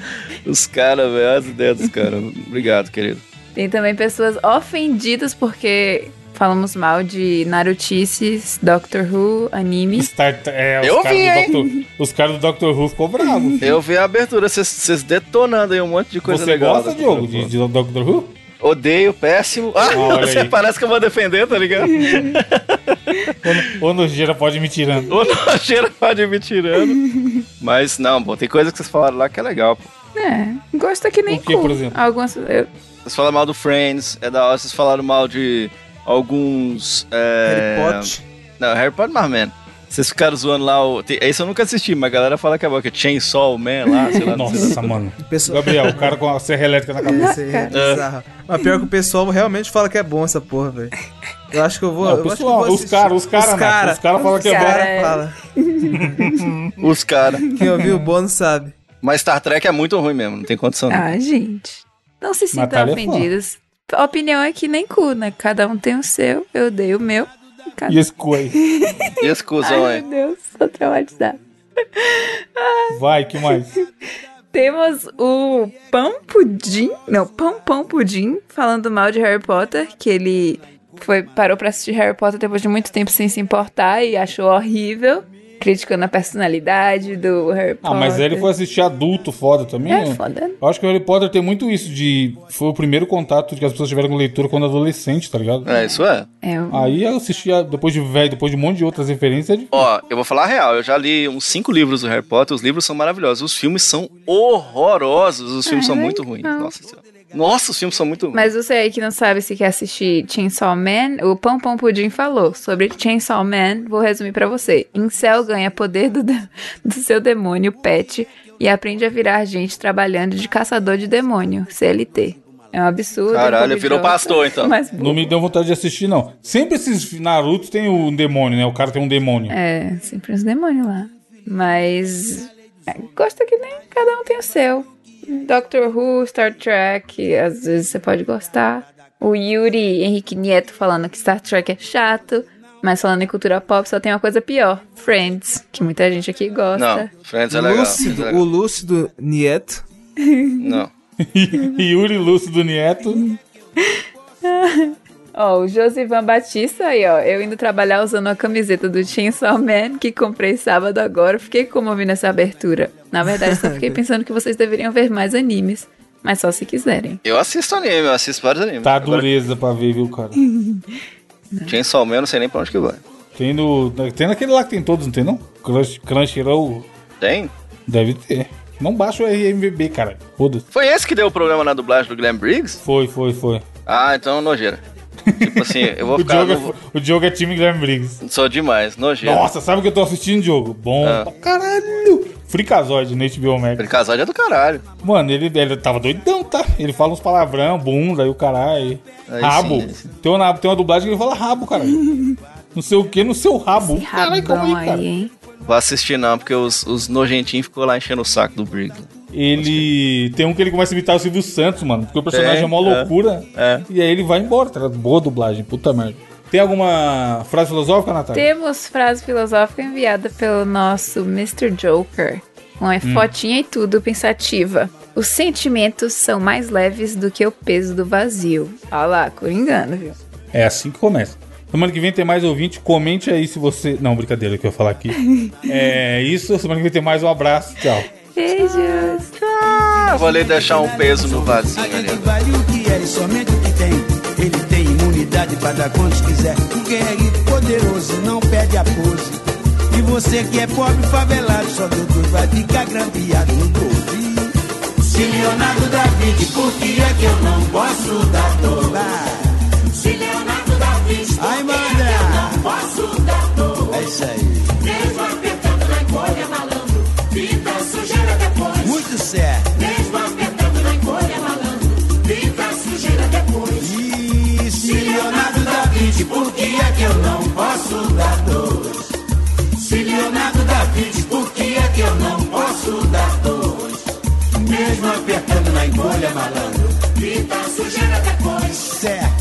Os caras, velho, as ideias dos caras. Obrigado, querido. Ah! Tem também pessoas ofendidas porque falamos mal de Narutices, Doctor Who, anime. Star- é, os Eu caras vi, do Doctor- Os caras do Doctor Who ficou bravos. Eu vi a abertura, vocês- vocês detonando aí um monte de coisa Você legal. gosta, dessa Diogo, de, proposta. de Doctor Who? Odeio, péssimo. Ah, Olha você aí. parece que eu vou defender, tá ligado? Ou no- Ou Nojeira pode ir me tirando? o nojeiro pode me tirando. Mas não, pô, tem coisa que vocês falaram lá que é legal, pô. É, gosta que nem O quê, por cu. exemplo? Algumas, eu- Vocês falaram mal do Friends, é da hora, vocês falaram mal de alguns. É... Harry Potter. Não, Harry Potter mas, man. Vocês ficaram zoando lá o. tem- Esse eu nunca assisti, mas a galera fala que é bom, que é Chainsaw Man lá, sei lá. não sei lá. Nossa, mano. Pessoal... Gabriel, o cara com a serra elétrica na cabeça. Isso aí é bizarro. Mas pior que o pessoal realmente fala que é bom essa porra, velho. Eu acho que eu vou. Não, eu acho que eu pessoal, vou os assistir. caras, os caras, Os caras. os caras falam que é Os bom. caras. Cara fala. Os caras. Quem ouviu o bônus sabe. Mas Star Trek é muito ruim mesmo, não tem condição. não. Ah, gente. Não se sintam Natália é fã. ofendidos. A opinião é que nem cu, né? Cada um tem o seu, eu dei o meu. e Cada... um E esse cu aí? E esse cuzão Ai, aí. meu Deus, tô traumatizada. Vai, que mais? Temos o Pão Pudim. Não, Pão Pão Pudim falando mal de Harry Potter, que ele foi, parou pra assistir Harry Potter depois de muito tempo sem se importar e achou horrível, criticando a personalidade do Harry Ah, Potter. mas é. ele foi assistir adulto foda também, É né? foda. Eu acho que o Harry Potter tem muito isso de. Foi o primeiro contato que as pessoas tiveram com leitura quando adolescente, tá ligado? É, isso é. É, o- Aí eu assistia depois de velho, depois de um monte de outras referências. é de- Ó, eu vou falar a real, eu já li uns cinco livros do Harry Potter, os livros são maravilhosos, os filmes são horrorosos, os filmes são muito ruins. Nossa senhora. Nossa, os filmes são muito. então. Mas você aí que não sabe se quer assistir Chainsaw Man, o Pão Pão Pudim falou sobre Chainsaw Man. Vou resumir pra você. Incel ganha poder do, de- do seu demônio pet e aprende a virar gente trabalhando de caçador de demônio, CLT. É um absurdo. Caralho, um virou idiota, pastor, então. Mas Não me deu vontade de assistir, não. Sempre esses Naruto tem um demônio, né? O cara tem um demônio. É, sempre uns demônios lá. Mas. é, Gosta que nem cada um tem o seu. Doctor Who, Star Trek, às vezes você pode gostar. O Yuri Henrique Nieto falando que Star Trek é chato, mas falando em cultura pop só tem uma coisa pior: Friends, que muita gente aqui Não, gosta. Friends é legal. Friends Lúcido, é o legal. Lúcido Nieto. Não. Yuri Lúcido Nieto. Ó, o Josivan Batista aí, ó. Eu indo trabalhar usando a camiseta do Chainsaw Man que comprei sábado agora. Fiquei como ouvindo essa abertura. Na verdade, só fiquei pensando que vocês deveriam ver mais animes. Mas só se quiserem. Eu assisto anime, eu assisto vários animes. Tá Agora, dureza pra ver, viu, cara? Chainsaw Man, eu não sei nem pra onde que vai. Tem, no, tem naquele lá que tem todos, não tem não? Crunch, Crunchyroll Tem? deve ter. Não baixa o RMVB, cara. Foda-se. Foi esse que deu o problema na dublagem do Glenn Briggs? Foi, foi, foi. Ah, então nojeira. tipo assim, eu vou O ficar. Diogo, Não, é, vou- o Diogo é time Guilherme Briggs. sou demais, nojeira. Nossa, sabe o que eu tô assistindo, Diogo? Bom Ah. pra caralho. Frikazoid, no HBO Max. Casal é do caralho. Mano, ele, ele tava doidão, tá? Ele fala uns palavrão, bunda e o caralho. Aí Rabo. sim, aí sim. tem, uma, tem uma dublagem que ele fala rabo, cara. não sei o que, no seu rabo. Caralho, Rabão calma aí, aí, cara. hein? Vou assistir não, porque os, os nojentinhos ficou lá enchendo o saco do Briggs. Ele. Tem um que ele começa a imitar o Silvio Santos, mano. Porque o personagem é, Tem, uma é. loucura. É. E aí ele vai embora, tá? ligado? Boa dublagem, puta merda. Tem alguma frase filosófica, Natália? Temos frase filosófica enviada pelo nosso Mr. Joker. Com Hum. é fotinha e tudo pensativa. Os sentimentos são mais leves do que o peso do vazio. Olha lá, coringando, viu? É assim que começa. Semana que vem tem mais ouvinte. Comente aí se você. Não, brincadeira que eu ia falar aqui. é isso. Semana que vem tem mais. Um abraço. Tchau. Beijos! tá. Ah, vou ali deixar um peso no vazio ali. Ele vale o que é e somente o que tem. Ele tem imunidade para dar quantos quiser. O guerreiro poderoso não perde a pose. E você que é pobre favelado, só Deus vai ficar grampeado no golzinho. Se Leonardo da Vinci, por que é que eu não posso dar toba? Se Leonardo da Vinci, por que é que eu não posso dar toba? É isso aí. Mesmo apertando na encolha, malandro, pinta a sujeira depois. Muito certo. Mesmo apertando na encolha, malandro, pinta a sujeira depois. E se Leonardo da Vinci, por que é que eu não posso dar dois? Se Leonardo da Vinci, por que é que eu não posso dar dois? Mesmo apertando na encolha, malandro, Pinta a sujeira depois. certo.